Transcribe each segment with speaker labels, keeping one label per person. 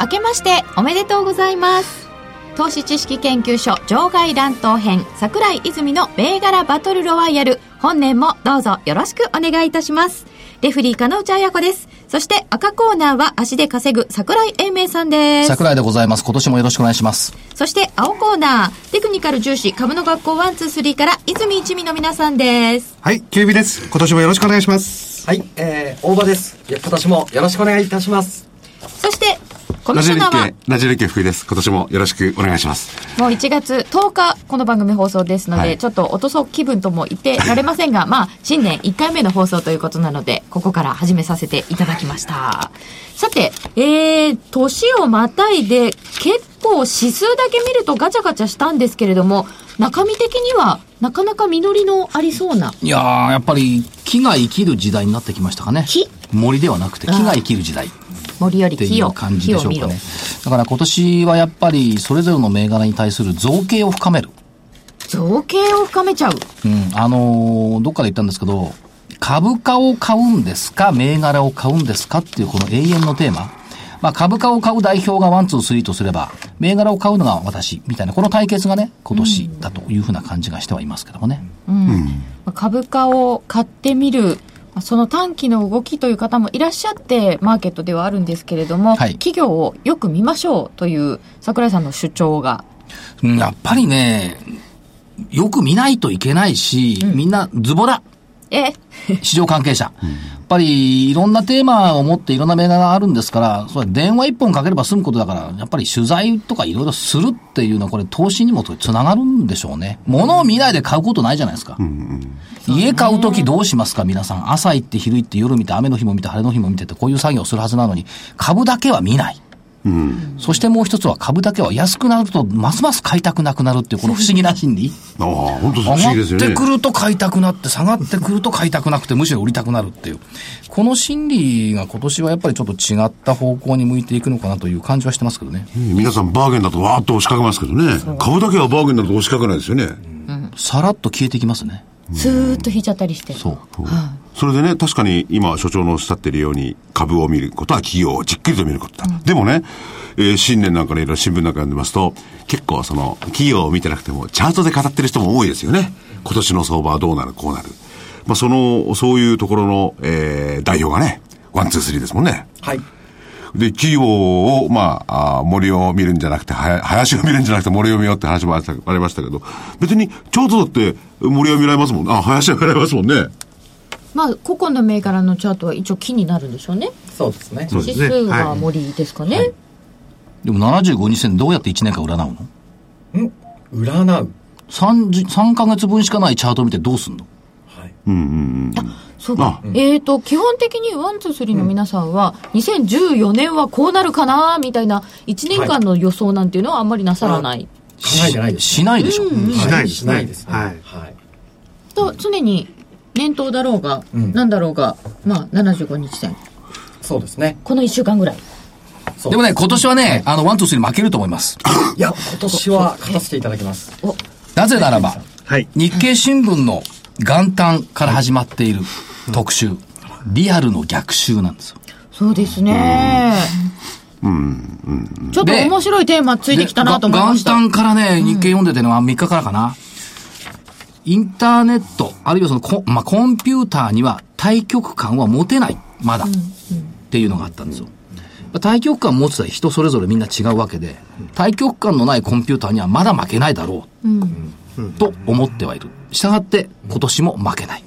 Speaker 1: 明けましておめでとうございます投資知識研究所場外乱闘編桜井泉の銘柄バトルロワイヤル本年もどうぞよろしくお願いいたしますレフリー加納内彩子ですそして赤コーナーは足で稼ぐ桜井英明さんです
Speaker 2: 桜井でございます。今年もよろしくお願いします。
Speaker 1: そして青コーナーテクニカル重視株の学校123から泉一味の皆さんです
Speaker 3: はい、キュービです。今年もよろしくお願いします。
Speaker 4: はい、えー、大場です。いや今年もよろしくお願いいたします。
Speaker 1: そしてコミッ
Speaker 3: ラ
Speaker 1: シ
Speaker 3: ジオ
Speaker 1: ョ
Speaker 3: 日
Speaker 1: ナーは
Speaker 3: 経、ラジオ日経福井です。今年もよろしくお願いします。
Speaker 1: もう1月10日、この番組放送ですので、
Speaker 3: はい
Speaker 1: ちょっと落とそう気分とも言ってられませ んが、まあ、新年1回目の放送ということなので、ここから始めさせていただきました。さて、えー、年をまたいで、結構指数だけ見るとガチャガチャしたんですけれども、中身的にはなかなか実りのありそうない
Speaker 2: やー、やっぱり木が生きる時代になってきましたかね。
Speaker 1: 木
Speaker 2: 森ではなくて木が生きる時代っ
Speaker 1: 森より
Speaker 2: て
Speaker 1: 木
Speaker 2: い
Speaker 1: を、
Speaker 2: う感じ
Speaker 1: 木
Speaker 2: で
Speaker 1: を
Speaker 2: しょう
Speaker 1: 見
Speaker 2: か
Speaker 1: ろ
Speaker 2: ね。。だから今年はやっぱりそれぞれの銘柄に対する造形を深める。
Speaker 1: 造形を深めちゃう。
Speaker 2: うん、あのーどっかで言ったんですけど、株価を買うんですか、銘柄を買うんですかっていうこの永遠のテーマ。まあ、株価を買う代表がワン、ツー、スリーとすれば、銘柄を買うのが私、みたいな、この対決がね、今年だというふうな感じがしてはいますけどもね。
Speaker 1: 株価を買ってみるまあその短期の動きという方もいらっしゃってマーケットではあるんですけれども、
Speaker 2: はい
Speaker 1: 企業をよく見ましょうという桜井さんの主張が
Speaker 2: うんやっぱりね、よく見ないといけないし、みんなズボラ、
Speaker 1: え
Speaker 2: 市場関係者。やっぱりいろんなテーマを持っていろんな銘柄があるんですから、それは電話一本かければ済むことだから、やっぱり取材とかいろいろするっていうのはこれ投資にもつながるんでしょうね。物を見ないで買うことないじゃないですか。家買うときどうしますか皆さん。朝行って昼行って夜見て雨の日も見て晴れの日も見てってこういう作業をするはずなのに、株だけは見ない。そしてもう一つは株だけは安くなるとますます買いたくなくなるっていうこの不思議な心理。
Speaker 3: ああ、本当不
Speaker 2: 上
Speaker 3: 思
Speaker 2: が
Speaker 3: 議です
Speaker 2: っ
Speaker 3: よ
Speaker 2: て
Speaker 3: ね。
Speaker 2: くると買いたくなって、下がってくると買いたくなくて、むしろ売りたくなるっていう。この心理が今年はやっぱりちょっと違った方向に向いていくのかなという感じはしてますけどね。
Speaker 3: うん皆さんバーゲンだとわーっと押しかけますけどね。株だけはバーゲンだと押しかけないですよね。
Speaker 2: さらっと消えていきますね。
Speaker 1: スーッと引いちゃったりして
Speaker 2: そう。
Speaker 3: それでね、確かに今所長のおっしゃってるように株を見ることは企業をじっくりと見ることだ。でもね、えー新年なんかね、いろいろ新聞なんか読んでますと、結構その企業を見てなくてもチャートで語ってる人も多いですよね。今年の相場はどうなる、こうなる。まあその、そういうところの、えー代表がね、ワン、ツー、スリーですもんね。
Speaker 4: はい。
Speaker 3: で、企業を、まあ、あー森を見るんじゃなくて、はや林を見るんじゃなくて森を見ようって話もありありましたけど、別に、ちょうどだって森を見られますもん。あ、林を見られますもんね。
Speaker 1: まあ個々の銘柄のチャートは一応木になるんでしょうね
Speaker 4: そうですね。
Speaker 3: そうですね
Speaker 1: 指数は森ですかね、
Speaker 2: でも75日線どうやって1年間占うの
Speaker 4: ん占う。
Speaker 2: 3, じ3ヶ月分しかないチャート見てどうすんの
Speaker 4: はい。
Speaker 1: そうかえっ、と基本的にワンツースリーの皆さんは2014年はこうなるかなみたいな1年間の予想なんていうのはあんまりなさらない、
Speaker 4: 考えてないです。
Speaker 2: しないでしょ。
Speaker 3: しないですね
Speaker 4: しないですね。
Speaker 3: はい
Speaker 4: はい。
Speaker 1: と常に年頭だろうが、
Speaker 4: ん
Speaker 1: なんだろうが、まあ、75日線
Speaker 4: そうですね。
Speaker 1: この1週間ぐらい
Speaker 4: そう
Speaker 2: でもね、今年はね、あの、ワン、ツー、スリー負けると思います。
Speaker 4: いや、今年は勝たせていただきます。
Speaker 2: なぜならば、
Speaker 5: はい。
Speaker 2: 日経新聞の元旦から始まっている特集、リアルの逆襲なんですよ。
Speaker 1: そうですねちょっと
Speaker 2: で
Speaker 1: 面白いテーマついてきたなと思いました
Speaker 2: でが元旦からね、日経読んでてね、あ3日からかな。インターネット、あるいはそのコ,、まあ、コンピューターには対極感は持てない。まだ。っていうのがあったんですよ。対極感持つは人それぞれみんな違うわけで、対極感のないコンピューターにはまだ負けないだろう。と思ってはいる。したがって、今年も負けない。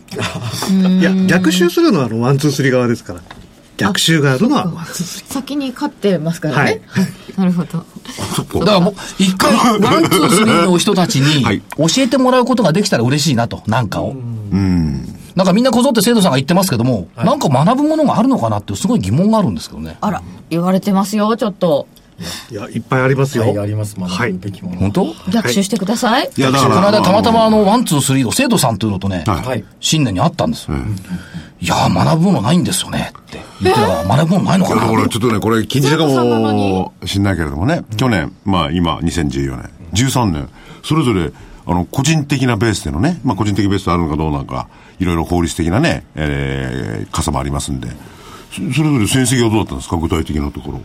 Speaker 5: いや、逆襲するのはあの、ワン、ツー、スリー側ですから。逆襲があるのは、ワン、ツー、ス
Speaker 1: 先に勝ってますからね、はい なるほど
Speaker 3: そこ
Speaker 2: だからもう、一回、ワン、ツー、スリーの人たちに
Speaker 3: はい、
Speaker 2: 教えてもらうことができたら嬉しいなと、なんかを。なんかみんなこぞって生徒さんが言ってますけども、なんか学ぶものがあるのかなっていうすごい疑問があるんですけどね。
Speaker 1: あら、言われてますよ、ちょっと。
Speaker 5: いや、いっぱいありますよ。
Speaker 4: はい、あります。学
Speaker 5: はい
Speaker 4: ぶべきもの。
Speaker 2: 本当
Speaker 1: 逆襲してください。
Speaker 3: いや、だ
Speaker 2: こ
Speaker 3: から。
Speaker 2: の間たまたまあの、ワン、ツー、スリーの生徒さんというのとね、
Speaker 3: はい
Speaker 4: はい。
Speaker 2: 新年にあったんですよ。
Speaker 3: ん
Speaker 2: いやー、学ぶものないんですよねって言ってたから、学ぶものないの
Speaker 3: こ
Speaker 2: か
Speaker 3: れ
Speaker 2: な
Speaker 3: だからちょっとね、これ禁じ手かもしんないけれどもね、去年、まあ今、2014年、13年、それぞれ、あの、個人的なベースでのね、まあ個人的ベースであるのかどうなのか、いろいろ法律的なね、えー、傘もありますんで、そそれぞれ成績はどうだったんですか、具体的なところ。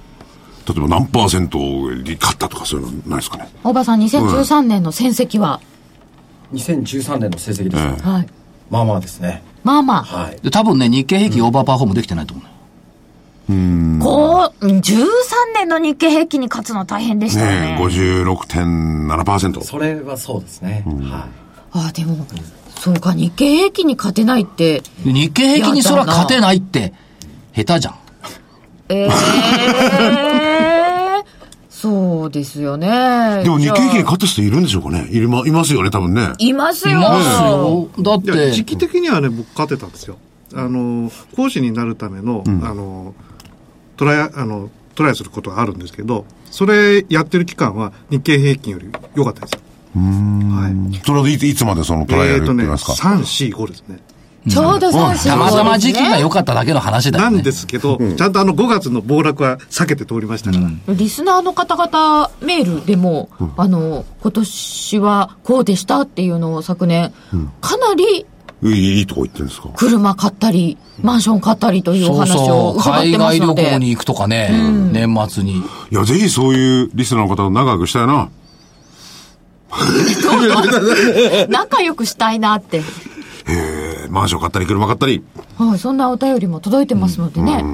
Speaker 3: 例えば何パーセントに勝ったとかそういうのないですかね。
Speaker 1: 大場さん、2013年の戦績は、
Speaker 4: 2013年の成績ですか、
Speaker 3: ええ
Speaker 1: はい。
Speaker 4: まあまあですね。
Speaker 1: まあまあ、
Speaker 4: はい。
Speaker 2: で多分ね、日経平均オーバーパフォームできてないと思う。
Speaker 6: こう、うん13年の日経平均に勝つのは大変でしたよね。
Speaker 3: ねえ、56.7%。
Speaker 4: それはそうですね。はい。
Speaker 1: ああ、でも、そうか、日経平均に勝てないって、
Speaker 2: で日経平均にそら勝てないって、下手じゃん。
Speaker 1: ええそうですよね。
Speaker 3: でも日経平均に
Speaker 1: じゃあ
Speaker 3: 勝った人いるんでしょうかねいるま、いますよね、多分ね。
Speaker 1: います
Speaker 2: い
Speaker 1: よ。
Speaker 2: ますよ。だっ
Speaker 5: いや
Speaker 2: て、
Speaker 5: 時期的にはね、僕勝てたんですよ。あの、講師になるための、あの、トライ、あの、トライすることがあるんですけど、それやってる期間は日経平均より良かったですよ。はい。
Speaker 3: それはいついつまでそのトライアルって言
Speaker 5: と
Speaker 3: い
Speaker 5: ね、
Speaker 3: ますか、
Speaker 5: 3、4、5ですね。
Speaker 1: ちょうど3、4、
Speaker 2: たまたま時期が
Speaker 1: よ。
Speaker 2: 良かっただけの話だ
Speaker 5: な
Speaker 2: よね。
Speaker 5: んですけど、ちゃんとあの5月の暴落は避けて通りましたから。
Speaker 1: リスナーの方々メールでも、あの、今年はこうでしたっていうのを昨年、かなり
Speaker 3: いいいいとこ行ってるんですか
Speaker 1: 車買ったり、マンション買ったりというお
Speaker 2: そう
Speaker 1: 話を
Speaker 2: そう、
Speaker 1: 伺っ
Speaker 2: 海
Speaker 1: てま
Speaker 2: 外
Speaker 1: すの
Speaker 2: 旅
Speaker 1: で。
Speaker 2: 行に行くとかね、年末に。
Speaker 3: いや、ぜひそういうリスナーの方と長くしたいな。
Speaker 1: 仲良くしたいなって。
Speaker 3: えー、マンション買ったり、車買ったり。
Speaker 1: はい、そんなお便りも届いてますのでね。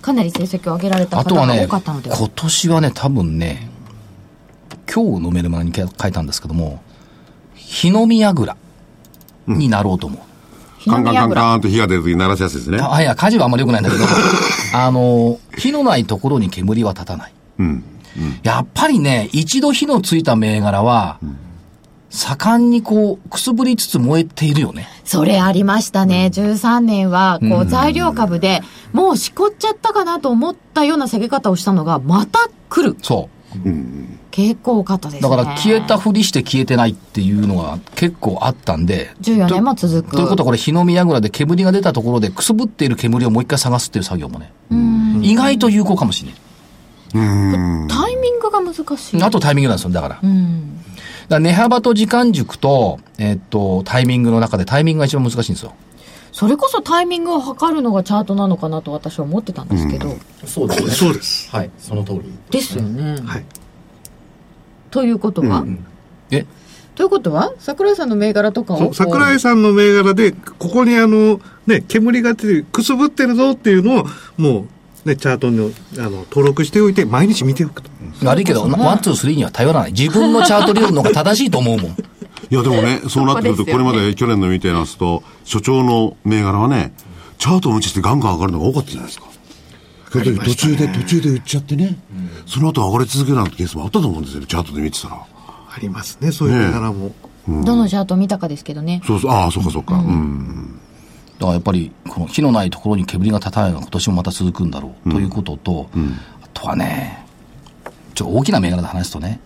Speaker 1: かなり成績を上げられた
Speaker 2: あ
Speaker 1: 方
Speaker 2: とは
Speaker 1: が
Speaker 2: ね、
Speaker 1: 多かったのでは。
Speaker 2: 今年はね、多分ね、今日のメルマガに書いたんですけども、日の宮蔵になろうと思う。
Speaker 1: 日
Speaker 3: カ
Speaker 1: の
Speaker 3: ンカン
Speaker 1: 宮
Speaker 3: カン
Speaker 1: 油。
Speaker 3: カンと火が出るときに鳴らすやつですね。
Speaker 2: あいや、火事はあんまり良くないんだけど、あの、火のないところに煙は立たない。
Speaker 3: うん。
Speaker 2: やっぱりね、一度火のついた銘柄は、盛んにこう、くすぶりつつ燃えているよね。
Speaker 1: それありましたね。13年は、こう、材料株で、もうしこっちゃったかなと思ったような下げ方をしたのが、また来る
Speaker 2: そ
Speaker 1: 傾向方です
Speaker 2: う。
Speaker 1: ね。
Speaker 2: だから消えたふりして消えてないっていうのが結構あったんで、
Speaker 1: 14年も続く。
Speaker 2: ということはこれ、火の見櫓で煙が出たところで、くすぶっている煙をもう一回探すっていう作業もね、意外と有効かもしれない。
Speaker 3: うん。
Speaker 1: タイミングが難しい。
Speaker 2: あとタイミングなんですよ、だから。だか
Speaker 1: うん。
Speaker 2: ら値幅と時間軸と、えっと、タイミングの中でタイミングが一番難しいんですよ。
Speaker 1: それこそタイミングを測るのがチャートなのかなと私は思ってたんですけど。
Speaker 4: そうですね。
Speaker 5: そうです。
Speaker 4: はい。その通り。
Speaker 1: ですよね。
Speaker 5: はい。
Speaker 1: ということは、
Speaker 2: え
Speaker 1: ということは桜井さんの銘柄とかを
Speaker 5: そ
Speaker 1: こ
Speaker 5: う
Speaker 1: う
Speaker 5: 桜井さんの銘柄で、ここにあの、ね、煙が出てる、くすぶってるぞっていうのを、もう、ね、チャートに、あの、登録しておいて、毎日見ておくと。
Speaker 2: 悪いけど、ワン、ツー、スリーには頼らない。自分のチャート理論の方が正しいと思うもん。
Speaker 3: いや、でもね、そうなってくると、これまで去年の見てみますと、所長の銘柄はね、チャートを無視してガンガン上がるのが多かったじゃないですか。だけど途中で、途中で売っちゃってね、その後上がり続けるなんてケースもあったと思うんですよね、チャートで見てたら。
Speaker 5: ありますね、そういう銘柄も。
Speaker 1: どのチャート見たかですけどね。
Speaker 3: そうそう、ああ、そうかそうか。うん。
Speaker 2: だからやっぱり、この火のないところに煙が立たないのが今年もまた続くんだろう、ということと、あとはね、ちょっと大きな銘柄で話すとね、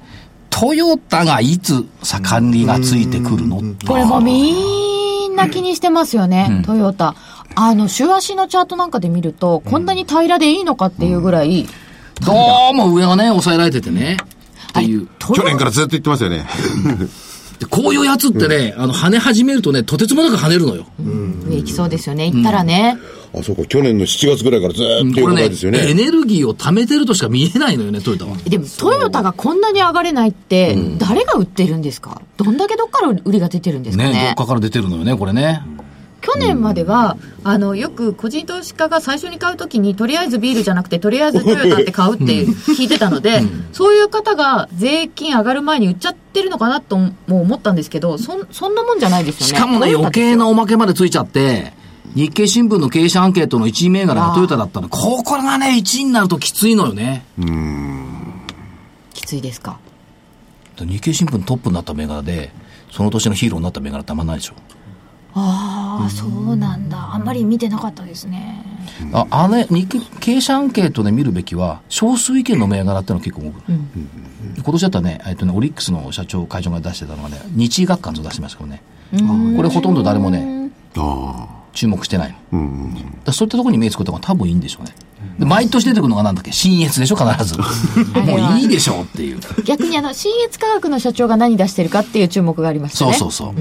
Speaker 2: トヨタがいつ盛りがついてくるのって
Speaker 1: これもみんな気にしてますよね、トヨタ。あの、週足のチャートなんかで見ると、こんなに平らでいいのかっていうぐらい、
Speaker 2: どうも上がね、抑えられててね。っていう。
Speaker 3: 去年からずっと言ってますよね。
Speaker 2: でこういうやつってね、あの、跳ね始めるとね、とてつもなく跳ねるのよ。
Speaker 1: 上行きそうですよね、行ったらね。
Speaker 3: あ、そうか、去年の7月ぐらいからずーっと
Speaker 2: こ
Speaker 3: 横
Speaker 2: れ
Speaker 3: ば
Speaker 2: ね
Speaker 3: いですよね。
Speaker 2: エネルギーを貯めてるとしか見えないのよね、トヨタは。
Speaker 1: でも、トヨタがこんなに上がれないって、誰が売ってるんですかどんだけどっから売りが出てるんですかね。
Speaker 2: ね、どっかから出てるのよね、これね。
Speaker 1: 去年までは、あの、よく個人投資家が最初に買うときに、とりあえずビールじゃなくて、とりあえずトヨタって買うって聞いてたので、そういう方が税金上がる前に売っちゃってるのかなとも思ったんですけど、そん、そんなもんじゃないですよね。
Speaker 2: しかもね、
Speaker 1: トヨタ
Speaker 2: 余
Speaker 1: ですよ
Speaker 2: 計なおまけまでついちゃって、日経新聞の経営者アンケートの1位銘柄がトヨタだったの。ここがね、1位になるときついのよね。
Speaker 1: きついですか。
Speaker 2: 日経新聞トップになった銘柄で、その年のヒーローになった銘柄たまんないでしょ。
Speaker 6: ああ、そうなんだ。あんまり見てなかったですね。
Speaker 2: ああれ、日経経営者アンケートで見るべきは、少数意見の銘柄っていうのが結構多く、今年だったらね,、えっとね、オリックスの社長、会長が出してたのがね、日医学館と出してましたけどね、これほとんど誰もね、
Speaker 3: あ
Speaker 2: 注目してないの。
Speaker 3: あ。うんうん。
Speaker 2: だからそういったところに目つくことが多分いいんでしょうね。で毎年出てくるのがなんだっけ新越でしょ必ず。もういいでしょうっていう。
Speaker 1: 逆にあの、新越科学の社長が何出してるかっていう注目がありました
Speaker 2: そう
Speaker 1: ね。
Speaker 2: そうそう。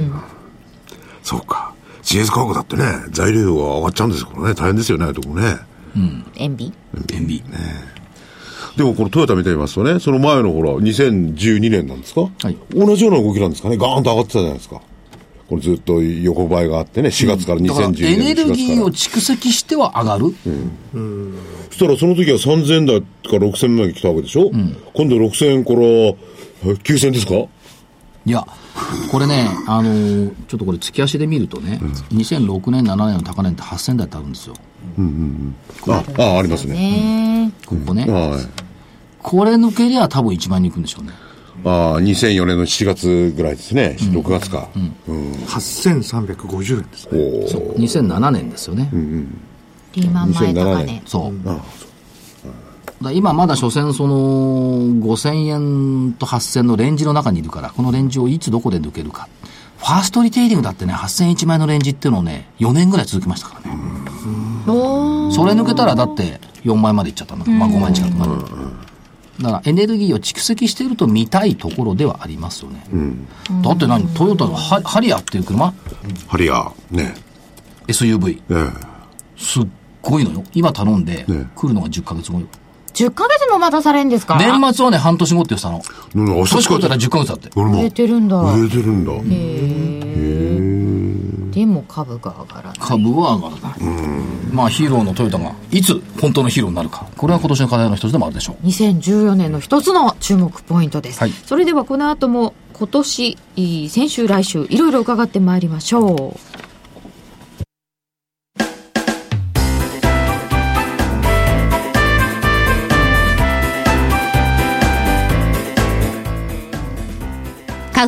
Speaker 3: そうか。CS 価格だってね、材料が上がっちゃうんですからね、大変ですよね、ああいうとこもね。
Speaker 1: 塩ビ
Speaker 2: 便利。
Speaker 3: でもこのトヨタ見てみますとね、その前のほら、2012年なんですか、
Speaker 2: はい
Speaker 3: 同じような動きなんですかね、ガーンと上がってたじゃないですか。これずっと横ばいがあってね、4月から
Speaker 2: だから
Speaker 3: 2012
Speaker 2: エ
Speaker 3: 年の4
Speaker 2: ネ
Speaker 3: 月から。
Speaker 2: ルギーを蓄積しては上がる。
Speaker 3: そしたらその時は3000台から6000まで来たわけでしょ、今度6000からえ9000ですか
Speaker 2: いや、これね、あのーちょっとこれ月足で見るとね、2006年、7年の高値って8000台ってあるんですよ。
Speaker 3: あ、あ、ありますね。
Speaker 1: ね
Speaker 2: ここね。
Speaker 3: はい。
Speaker 2: これ抜けりゃ多分1万に行くんでしょうね。
Speaker 3: ああ、2004年の7月ぐらいですね。6月か。
Speaker 5: 8350円ですね。
Speaker 3: おー
Speaker 2: 2007年ですよね。
Speaker 1: リーマン前高
Speaker 3: 2007
Speaker 1: 値
Speaker 3: 年。
Speaker 2: そう。だから今まだ所詮その5000円と8000のレンジの中にいるから、このレンジをいつどこで抜けるか。ファーストリテイリングだってね、8000円1万円のレンジっていうのをね、4年ぐらい続きましたからね。
Speaker 1: おー
Speaker 2: それ抜けたらだって4万円までいっちゃったんだから、まあ5万円近くまで。だからエネルギーを蓄積していると見たいところではありますよね。だって何トヨタのハハリアーっていう車
Speaker 3: ハリアー。ね。
Speaker 2: ?SUV。
Speaker 3: ええ。
Speaker 2: すっごいのよ。今頼んで、
Speaker 3: ね
Speaker 2: 来るのが10ヶ月後よ。
Speaker 1: 10ヶ月も待たされんですか
Speaker 2: 年末はね、半年後って言ってたの。
Speaker 3: なんだ、明
Speaker 2: 年越えたら10ヶ月だって。
Speaker 3: 俺も。
Speaker 1: 売れてるんだ。
Speaker 3: 売れてるんだ。
Speaker 1: でも株が上がらない。
Speaker 2: 株は上がらない。まあヒーローのトヨタがいつ本当のヒーローになるか。これは今年の課題の一つでもあるでしょう。
Speaker 1: 2014年の一つの注目ポイントです。
Speaker 2: はい
Speaker 1: それではこの後も今年、えー先週、来週、いろいろ伺ってまいりましょう。
Speaker 7: 花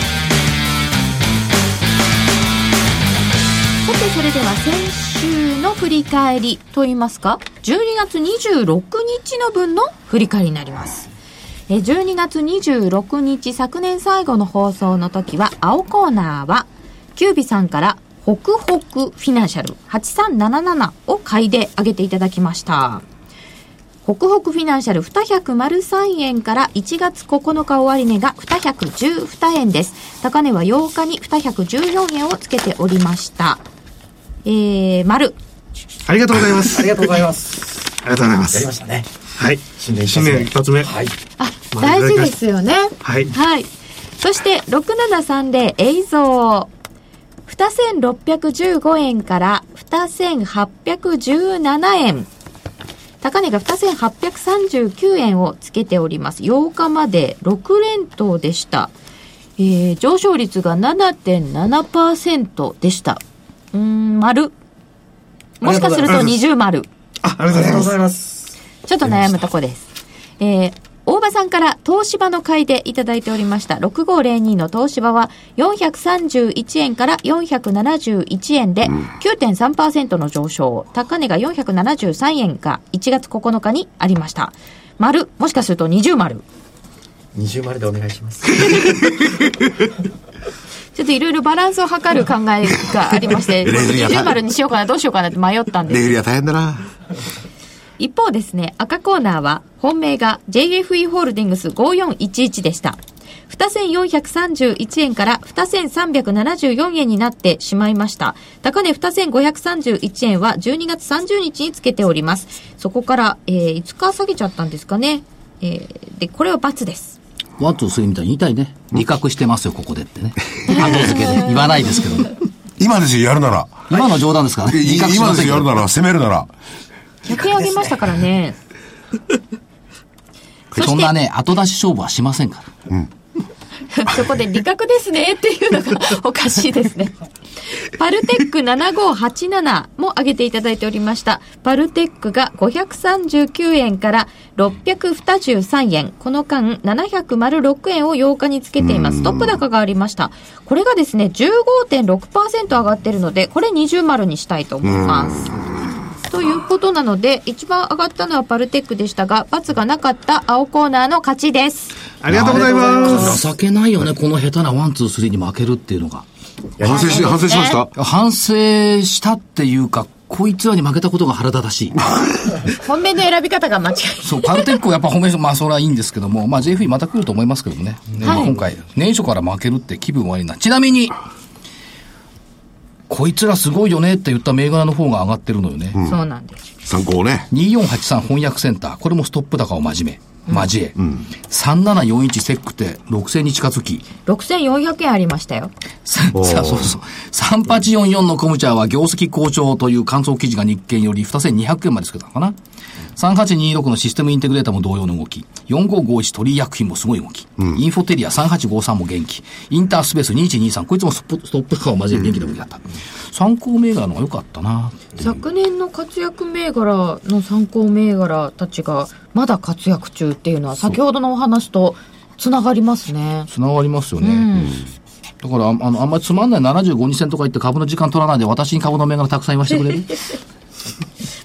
Speaker 1: さてそれでは先週の振り返りといいますか12月26日の分の振り返りになりますえ12月26日昨年最後の放送の時は青コーナーはキュービさんからホクホクフィナンシャル8377を買いで上げていただきましたホクホクフィナンシャル203円から1月9日終値が212円です。高値は8日に214円をつけておりました。えー、丸。
Speaker 5: ありがとうございます。
Speaker 4: ありがとうございます。
Speaker 5: ありがとうござい
Speaker 4: やり
Speaker 5: ま。
Speaker 4: ますしたね。
Speaker 5: はい。
Speaker 4: 新年一
Speaker 5: 新
Speaker 4: 発目
Speaker 5: 年一発目。
Speaker 4: はい。
Speaker 1: あ、大事ですよね。
Speaker 5: はい
Speaker 1: はい。そして、6730映像。2615円から2817円。高値が2839円をつけております。8日まで6連投でした。えー、上昇率が7.7%でした。うーん、丸。もしかすると
Speaker 5: あり
Speaker 1: 20丸。
Speaker 5: ああ
Speaker 4: あ
Speaker 5: り
Speaker 4: り
Speaker 5: が
Speaker 4: がとう
Speaker 5: とうご
Speaker 4: ご
Speaker 5: ざ
Speaker 4: ざい
Speaker 5: います。
Speaker 4: ます。
Speaker 1: ちょっと悩むとこです。えー大場さんから東芝の買いでいただいておりました6502の東芝は431円から471円で9.3%の上昇。高値が473円が1月9日にありました。丸、もしかすると20丸。
Speaker 4: 二重丸でお願いします。
Speaker 1: ちょっといろいろバランスを図る考えがありまして、
Speaker 3: レズリア
Speaker 1: 20丸にしようかな、どうしようかなって迷ったんです
Speaker 3: レギュリア大変だな。
Speaker 1: 一方ですね、赤コーナーは、本命が JFE ホールディングス5411でした。2431円から2374円になってしまいました。高値2531円は12月30日につけております。そこから、えー、5日下げちゃったんですかね。えー、で、これは×です。
Speaker 2: ワンツースリーみたいに言いたいね。二角してますよ、ここでってね。後付けで。言わないですけどね。
Speaker 3: 今ですよ、やるなら。
Speaker 2: 今の冗談ですからね。
Speaker 3: い
Speaker 2: 二角し
Speaker 3: 今
Speaker 2: ま
Speaker 3: で
Speaker 2: せ
Speaker 3: す
Speaker 2: んけ
Speaker 3: よ、や
Speaker 2: ど
Speaker 3: るなら、攻めるなら。
Speaker 1: 100円上げましたからね。そして
Speaker 2: そんなね、後出し勝負はしませんから。
Speaker 1: そこで利確ですねっていうのがおかしいですね。パルテック7587も上げていただいておりました。パルテックが539円から623円。この間706円を8日につけています。トップ高がありました。これがですね、15.6%上がってるので、これ20丸にしたいと思います。ということなので、一番上がったのはパルテックでしたが、罰がなかった青コーナーの勝ちです。
Speaker 5: ありがとうございます。
Speaker 2: 情けないよね、この下手なワンツースリーに負けるっていうのが。
Speaker 3: 反省し、反省しました。
Speaker 2: 反省したっていうか、こいつらに負けたことが腹立たしい。
Speaker 1: 本命の選び方が間違い
Speaker 2: そう、パルテックをやっぱ褒める、まあそれはいいんですけども、まあ JFE また来ると思いますけどもね。ね
Speaker 1: はい
Speaker 2: 今回、年初から負けるって気分悪いな。ちなみに、こいつらすごいよねって言った銘柄の方が上がってるのよね。
Speaker 1: そうなんです。
Speaker 3: 参考をね。
Speaker 2: 2483翻訳センター、これもストップ高を真面目。交え。3741セックって6000に近づき。
Speaker 1: 6400円ありましたよ。
Speaker 2: ささそうそう。3844のコムチャーは業績好調という感想記事が日経より2200円までつけたのかな。3826のシステムインテグレーターも同様の動き。4551鳥居薬品もすごい動き。インフォテリア3853も元気。インタースペース2123、こいつもスポストップ高を交え元気な動きだった。参考銘柄の方が良かったなっていう
Speaker 1: 昨年の活躍銘柄の参考銘柄たちがまだ活躍中っていうのは先ほどのお話とつながりますね。
Speaker 2: つながりますよね。だから、あの、あんまりつまんない75日線とか言って株の時間取らないで、私に株の銘柄たくさん言わせてくれる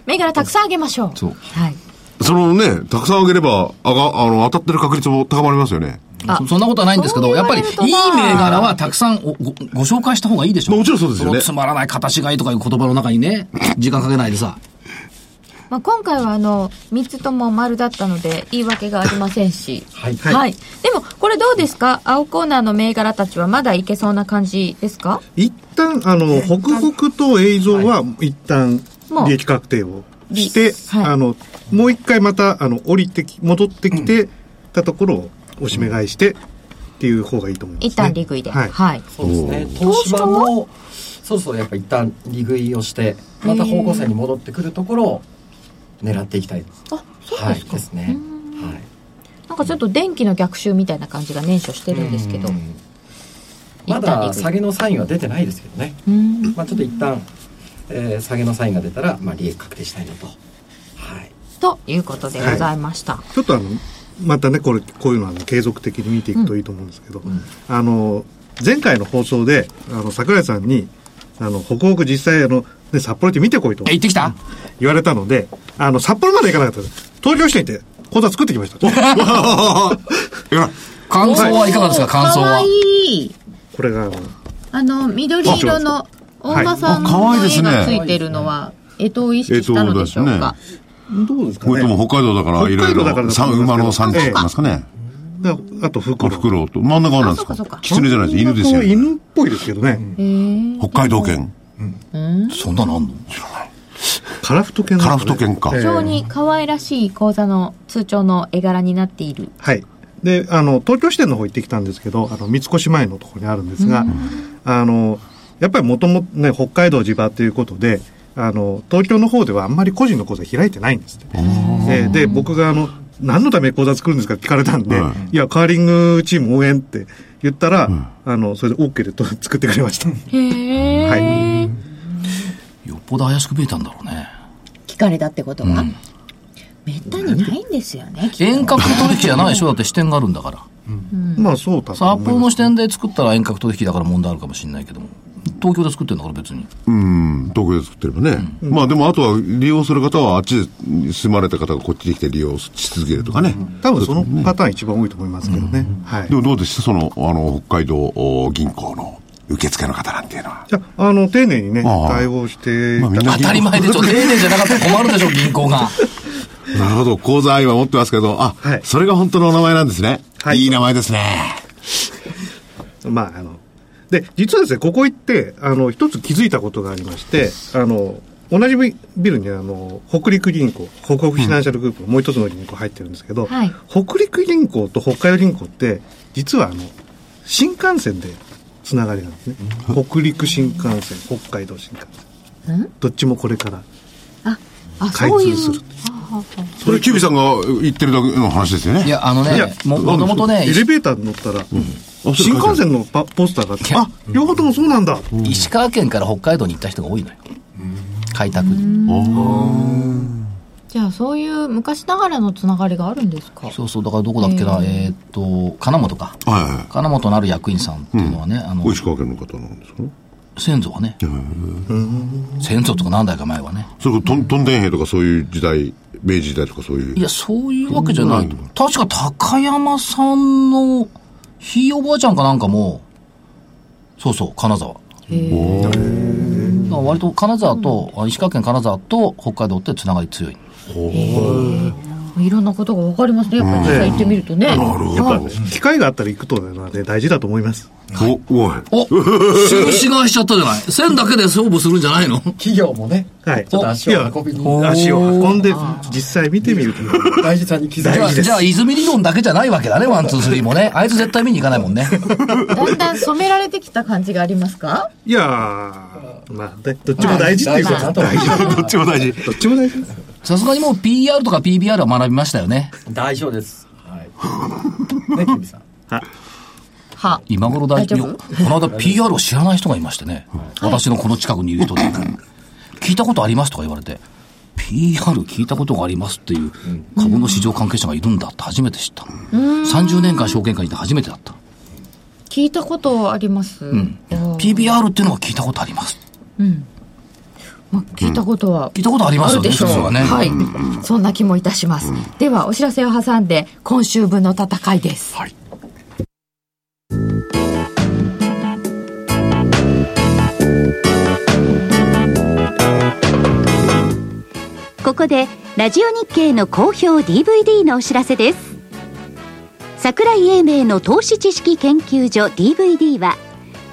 Speaker 1: 銘柄たくさんあげましょう。
Speaker 2: そう
Speaker 1: はい。
Speaker 3: そのね、たくさんあげれば、あが、あの、当たってる確率も高まりますよね。
Speaker 1: あ
Speaker 2: そそんなことはないんですけ
Speaker 1: そ
Speaker 2: ど、
Speaker 1: う言
Speaker 2: やっ
Speaker 1: わ
Speaker 2: ぱ
Speaker 1: れ
Speaker 2: り、い
Speaker 1: る
Speaker 2: い
Speaker 1: とな
Speaker 2: 銘柄はたくさんおごご紹介した方がいいでしょ。
Speaker 3: もちろんそうですよね
Speaker 2: のつまらない形がいいとかいう言葉の中にね、時間かけないでさ。
Speaker 1: まあ、今回はあの3つとも丸だったので言い訳がありませんし、
Speaker 4: はい
Speaker 1: でもこれどうですか青コーナーの銘柄たちはまだいけそうな感じですか
Speaker 5: 一旦、あの、北北と映像は一旦
Speaker 1: もう
Speaker 5: 利益確定をして、
Speaker 1: 利はい
Speaker 5: あの、もう一回また、あの、降りてき、戻ってきてたところをおしめ買いして、っていう方がいいと思います、ね。
Speaker 1: 一旦利食いで、
Speaker 5: はい。
Speaker 1: はい、
Speaker 4: そうですね。東芝も、そろそろやっぱ一旦利食いをして、また方向性に戻ってくるところを狙っていきたいです。
Speaker 1: あそう
Speaker 4: はい、ですね。はい。
Speaker 1: なんかちょっと電気の逆襲みたいな感じが年初してるんですけど
Speaker 4: う。んまだ下げのサインは出てないですけどね。
Speaker 1: うん
Speaker 4: まあちょっと一旦、えー下げのサインが出たら、まあ利益確定したいなと。はい。
Speaker 1: ということでございました。
Speaker 5: ちょっとあの、またね、これ、こういうのはあの継続的に見ていくといいと思うんですけど、あの、前回の放送で、あの、桜井さんに、あの、北北実際、あの、ね、札幌行って見てこいと
Speaker 2: え、行ってきた
Speaker 5: 言われたので、あの、札幌まで行かなかったです。東京市に行って、講座作ってきました。
Speaker 2: 感想はいかがですか、感
Speaker 6: か
Speaker 2: 想
Speaker 6: わ
Speaker 2: は。
Speaker 6: いい。
Speaker 5: これが、あの、
Speaker 6: あの、緑色の大間さん
Speaker 3: はいあ可
Speaker 6: の
Speaker 3: 愛いです
Speaker 6: 絵
Speaker 3: ね
Speaker 6: がついてるのは、干支を意識したのでしょう
Speaker 3: 干支
Speaker 6: か
Speaker 3: で。
Speaker 5: どうですか
Speaker 3: これと
Speaker 5: ね。
Speaker 3: も北海道だから、
Speaker 5: 北
Speaker 3: いろ
Speaker 5: 海
Speaker 3: い
Speaker 5: 道だか
Speaker 3: ろ、
Speaker 5: らだと
Speaker 3: さ
Speaker 5: 思いますけど
Speaker 3: 馬の産地って言いますかね。
Speaker 5: だあと、
Speaker 3: あ
Speaker 5: 袋。
Speaker 3: フクロウと。真ん中は何で
Speaker 1: あそ
Speaker 3: す
Speaker 1: うかそう
Speaker 3: か
Speaker 1: か
Speaker 3: 狐じゃないです。犬ですよね。
Speaker 5: 犬っぽいですけどね。
Speaker 3: 北海道犬。
Speaker 2: そんなのあんの
Speaker 5: カラフト犬、
Speaker 3: カラフト。犬か。
Speaker 5: え
Speaker 1: 非常に可愛らしい講座の通帳の絵柄になっている。
Speaker 5: はい。で、あの、東京支店の方行ってきたんですけど、あの、三越前のところにあるんですが、あの、やっぱりもともとね、北海道地場ということで、あの、東京の方ではあんまり個人の口座開いてないんですって。でで、僕があの、何のために口座作るんですかって聞かれたんで、、
Speaker 3: はい
Speaker 5: や、カーリングチーム応援って言ったら、あの、それで OK でと 作ってくれました。
Speaker 1: へえ。
Speaker 5: はい。
Speaker 2: よっぽど怪しく見えたんだろうね。
Speaker 6: 引かれたってことは、めったにないんですよね、きっと
Speaker 2: 遠隔取引じゃないでしょだって視点があるんだから。
Speaker 5: まあそうだと
Speaker 2: 札
Speaker 5: 思います
Speaker 2: 幌の視点で作ったら遠隔取引だから問題あるかもしれないけども。東京で作ってるんだから別に。
Speaker 3: うん、東京で作ってればね。まあでも、あとは利用する方は、あっちで住まれた方がこっちに来て利用し続けるとかね。
Speaker 5: 多分そのパターン一番多いと思いますけどね。はい。
Speaker 3: でもどうでしたその、あの、北海道お銀行の受付の方なんていうのは。
Speaker 5: いや、あの、丁寧にね、
Speaker 3: ああ
Speaker 5: 対応していただいて、
Speaker 2: 当たり前でしょ。丁寧じゃなかったら困るでしょ、銀行が。
Speaker 3: なるほど。口座は今持ってますけど、あ、
Speaker 5: はい
Speaker 3: それが本当のお名前なんですね。
Speaker 5: はい
Speaker 3: い、い名前ですね。
Speaker 5: まあ、あの、で、実はですね、ここ行って、あの、一つ気づいたことがありまして、あの、同じビルに、あの、北陸銀行、北北フィナンシャルグループ、もう一つの銀行入ってるんですけど、
Speaker 1: はい
Speaker 5: 北陸銀行と北海道銀行って、実は、あの、新幹線でつながりなんですね。北陸新幹線、北海道新幹線。どっちもこれから
Speaker 1: あ、
Speaker 5: 開
Speaker 1: そうい
Speaker 5: 通する
Speaker 1: う。。
Speaker 3: それ、キビさんが言ってるだけの話ですよね。
Speaker 2: いや、あの
Speaker 5: い
Speaker 2: ね
Speaker 5: や、
Speaker 2: ももともとね
Speaker 5: エ、レベーターに乗ったら、新幹線のパポスターがあって、
Speaker 2: や
Speaker 5: あ、両方ともそうなんだ。
Speaker 2: 石川県から北海道に行った人が多いのよ。開拓に。
Speaker 1: じゃあ、そういう昔ながらのつながりがあるんですか
Speaker 2: そうそう、だからどこだっけな、えーっと、金本か。
Speaker 3: はいは
Speaker 2: 金本のある役員さんっていうのはね、あの
Speaker 3: い。、石川県の方なんですかね
Speaker 2: 先祖はね、先祖とか何代か前はね。
Speaker 3: それこそ、トン、トンデン兵とかそういう時代、明治時代とかそういう。
Speaker 2: いや、そういうわけじゃない。確か高山さんのひいおばあちゃんかなんかも、そうそう、金沢。だから割と金沢と、あ石川県金沢と北海道ってつながり強い。
Speaker 1: いろんなことがわかりますね。やっぱり実際行ってみるとね。
Speaker 3: なるほど。
Speaker 5: 機会があったら行くというのはね、大事だと思います。
Speaker 3: お、おい。
Speaker 2: お印がしちゃったじゃない。線だけで勝負するんじゃないの
Speaker 4: 企業もね、
Speaker 5: はい。
Speaker 4: ちょっと足を運びに、
Speaker 5: 足を運んで、実際見てみると。
Speaker 4: 大事さに気づ
Speaker 2: じゃ
Speaker 4: い
Speaker 2: あ、
Speaker 4: て。
Speaker 2: じゃあ泉理論だけじゃないわけだね、ワン、ツー、スリーもね。あいつ絶対見に行かないもんね。
Speaker 1: だんだん染められてきた感じがありますか
Speaker 5: いやー、まあね、どっちも大事っていうこと
Speaker 4: まあ
Speaker 5: は大 事。
Speaker 3: どっちも大事。
Speaker 5: どっちも大事です。
Speaker 2: さすがにもう PR とか PBR は学びましたよね。
Speaker 4: 大丈夫です。はい。ね、キビさん。
Speaker 1: は。
Speaker 2: 今頃大丈
Speaker 1: 大丈
Speaker 2: 夫この間 PR を知らない人がいましてね、私のこの近くにいる人で、聞いたことありますとか言われて、PR 聞いたことがありますっていう株の市場関係者がいるんだって初めて知った。30年間証券会にいて初めてだった。
Speaker 1: 聞いたことあります。うん。
Speaker 2: PBR っていうのは聞いたことあります。
Speaker 1: まあ、聞いたことは。
Speaker 2: 聞いたことありま
Speaker 1: あ
Speaker 2: す
Speaker 1: る
Speaker 2: よね、
Speaker 1: でしょう。
Speaker 2: 普通はね。
Speaker 1: はい。そんな気もいたします。では、お知らせを挟んで、今週分の戦いです。
Speaker 7: ここでラジオ日経の好評 DVD のお知らせです桜井英明の投資知識研究所 DVD は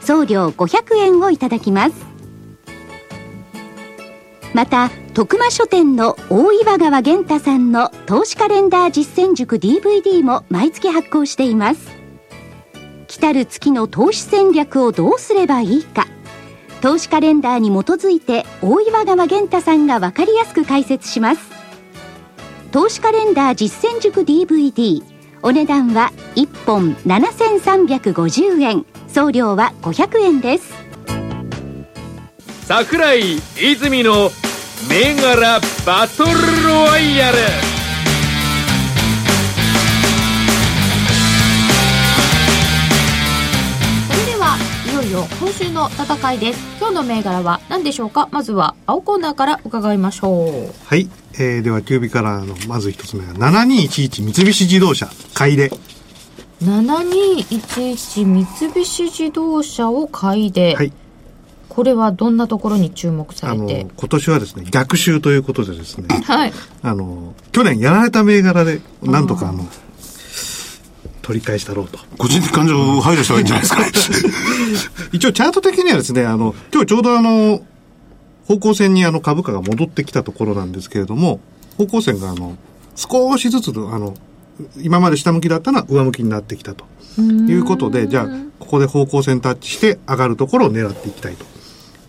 Speaker 7: 送料500円をいただきますまた徳間書店の大岩川源太さんの投資カレンダー実践塾 DVD も毎月発行しています来たる月の投資戦略をどうすればいいか投資カレンダーに基づいて大岩川源太さんが分かりやすく解説します投資カレンダー実践塾 DVD お値段は1本7350円送料は500円です
Speaker 8: 桜井泉の銘柄バトルロワイヤル
Speaker 1: それではいよいよ今週の戦いです今日の銘柄は何でしょうかまずは青コーナーから伺いましょう
Speaker 5: はい。えー、では、キュービからの、まず一つ目が、7211三菱自動車、買い入れ。
Speaker 1: 7211三菱自動車を買いで、
Speaker 5: はい。
Speaker 1: これはどんなところに注目さ
Speaker 5: あ
Speaker 1: れ
Speaker 5: の、
Speaker 1: て
Speaker 5: 今年はですね、逆襲ということでですね、
Speaker 1: はい
Speaker 5: あの、去年やられた銘柄で、なんとかあの、取り返したろうと。
Speaker 3: 個人的感情を排除した方がいいんじゃないですかね。
Speaker 5: 一応チャート的にはですね、あの、今日ちょうどあの、方向線にあの株価が戻ってきたところなんですけれども、方向線があの、少しずつの、あの、今まで下向きだったのは上向きになってきたということで、じゃあ、ここで方向線タッチして上がるところを狙っていきたいと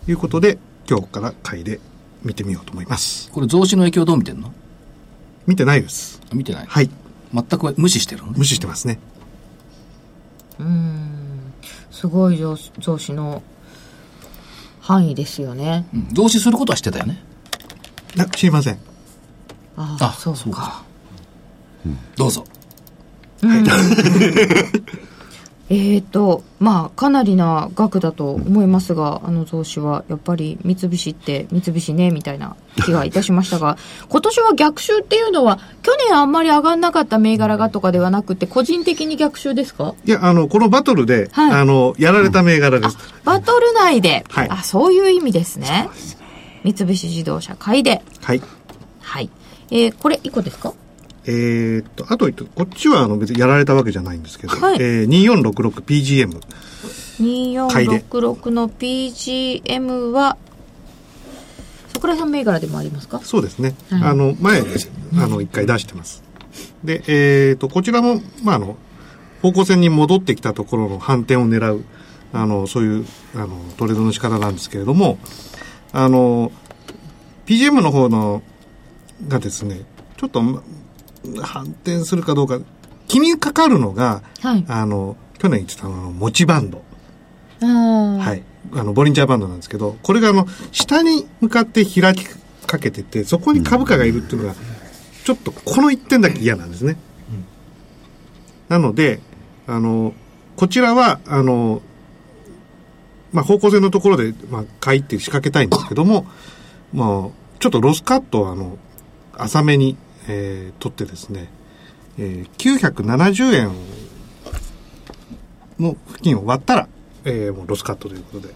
Speaker 5: いうことで、今日から買いで見てみようと思います。
Speaker 2: これ増資の影響どう見てんの
Speaker 5: 見てないです。
Speaker 2: 見てない。
Speaker 5: はい。
Speaker 2: 全く無視してるのね
Speaker 5: 無視してますね。
Speaker 1: すごい上上司の範囲ですよね。
Speaker 2: うん増資することはしてたよね。
Speaker 5: な知りません。
Speaker 1: あ
Speaker 2: あ
Speaker 1: あ、そう
Speaker 2: そう
Speaker 1: か。
Speaker 2: どうぞ。
Speaker 1: えっ、と、まあ、かなりな額だと思いますが、あの増資は、やっぱり三菱って三菱ね、みたいな気がいたしました が、今年は逆襲っていうのは、去年あんまり上がんなかった銘柄がとかではなくて、個人的に逆襲ですか
Speaker 5: いや、あの、このバトルで、
Speaker 1: はい
Speaker 5: あの、やられた銘柄です。
Speaker 1: バトル内で、
Speaker 5: はい
Speaker 1: あ、そういう意味ですね。三菱自動車買いで、
Speaker 5: はい。
Speaker 1: はい。えーこれ、一個ですか
Speaker 5: えーっと、あと一つこっちはあの別にやられたわけじゃないんですけど、
Speaker 1: はい
Speaker 5: えー、2466PGM。買いで
Speaker 1: 2466の PGM は、桜井さん銘柄でもありますか
Speaker 5: そうですね。
Speaker 1: はい
Speaker 5: あの、前に、あの、一回出してます。で、えーっと、こちらも、まあ、あの、方向線に戻ってきたところの反転を狙う、あの、そういう、あの、トレードの仕方なんですけれども、あの、PGM の方の、がですね、ちょっと、ま反転するかどうか、気にかかるのが、
Speaker 1: はい。
Speaker 5: あの、去年言ってたあの、持ちバンド。
Speaker 1: あ
Speaker 5: はい。あの、ボリンジャーバンドなんですけど、これがあの、下に向かって開きかけてて、そこに株価がいるっていうのが、ちょっとこの一点だけ嫌なんですね。なので、あの、こちらは、あの、まあ、方向性のところで、まあ、買いって仕掛けたいんですけども、まあ、ちょっとロスカットをあの、浅めに、えー取ってですね、えー970円をの付近を割ったら、えーもうロスカットということで、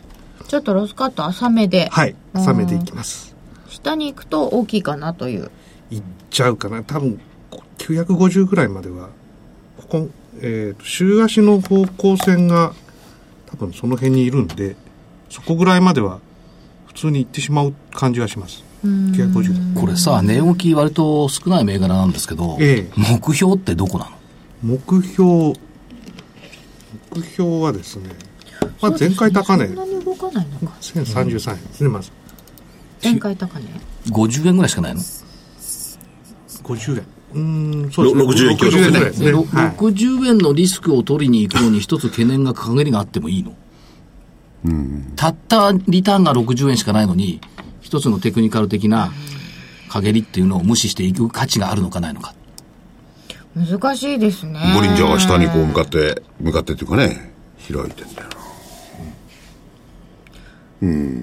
Speaker 1: ちょっとロスカット浅めで、
Speaker 5: はい、
Speaker 1: うん
Speaker 5: 冷めていきます。
Speaker 1: 下に行くと大きいかなという。
Speaker 5: いっちゃうかな。多分、こ950ぐらいまでは、ここ、えーと、週足の方向線が、多分その辺にいるんで、そこぐらいまでは、普通に行ってしまう感じがします。950度。
Speaker 2: これさ、値動き割と少ない銘柄なんですけど、
Speaker 5: ええ
Speaker 2: 目標ってどこなの
Speaker 5: 目標、目標はですね、まあ、前回高値、
Speaker 1: そんなに動かないのか。
Speaker 5: 1033円ですね、まず。
Speaker 1: 前回高値。
Speaker 2: ?50 円ぐらいしかないの、
Speaker 5: 50円。うーん、そうですね。
Speaker 3: ろ60円強
Speaker 5: 60円ぐらいですね。
Speaker 2: ろ
Speaker 5: はい
Speaker 2: 60円のリスクを取りに行くのに一つ懸念が陰りがあってもいいの、たったリターンが60円しかないのに一つのテクニカル的な陰りっていうのを無視していく価値があるのかないのか
Speaker 1: 難しいですね。
Speaker 3: ボリンジャーが下にこう向かって、向かってっていうかね、開いてんだよな。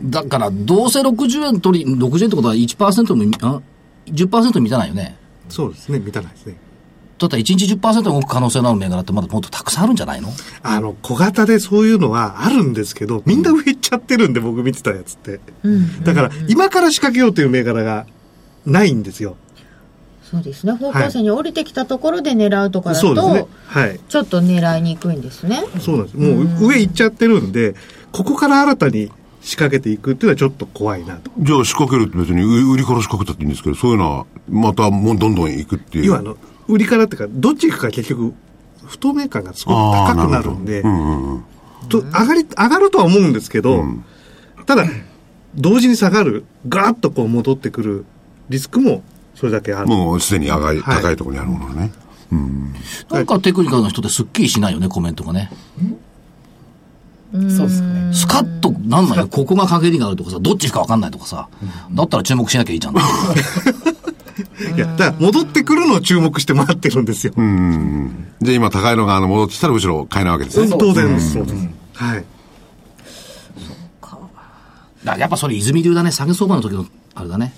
Speaker 2: だからどうせ60円取り60円ってことは1%もあ10%満たないよね
Speaker 5: そうですね、満たないですね。
Speaker 2: だったら1日10%動く可能性のある銘柄ってまだもっとたくさんあるんじゃないの
Speaker 5: あの、小型でそういうのはあるんですけど、みんな上行っちゃってるんで、僕見てたやつって。だから、今から仕掛けようという銘柄がないんですよ。
Speaker 1: そうですね。方向性に降りてきたところで狙うとかだ
Speaker 5: そうですね
Speaker 1: と、。
Speaker 5: はい。
Speaker 1: ちょっと狙いにくいんですね。
Speaker 5: そうなんです。もう上行っちゃってるんで、ここから新たに仕掛けていくっていうのはちょっと怖いなと。
Speaker 3: じゃあ仕掛けるって別にう売りから仕掛けたっていいんですけど、そういうのはまたもうどんどん行くっていう。
Speaker 5: 要はあの、売りからっていうか、どっち行くか結局、不透明感がすごく
Speaker 3: あー
Speaker 5: 高くなるんで、
Speaker 3: ほどうんうんうん。
Speaker 5: と上がり、上がるとは思うんですけど、ただ、同時に下がる、ガーッとこう戻ってくるリスクもそれだけある。
Speaker 3: もうすでに上がり、
Speaker 5: はい
Speaker 3: 高いところにあるものね。
Speaker 2: なんかテクニカルの人ってすっきりしないよねコメントがね
Speaker 4: そうですね。
Speaker 2: スカッとなんないよ。ここが陰りがあるとかさ、どっちしかわかんないとかさ、だったら注目しなきゃいい じゃん。
Speaker 5: いや、だから戻ってくるのを注目して待ってるんですよ。
Speaker 3: で、今高いのがあの戻ってきたらむしろ買えないわけですね。
Speaker 5: 当然です。そうです。はい。
Speaker 2: だからやっぱそれ泉流だね、下げ相場の時の、あれだね、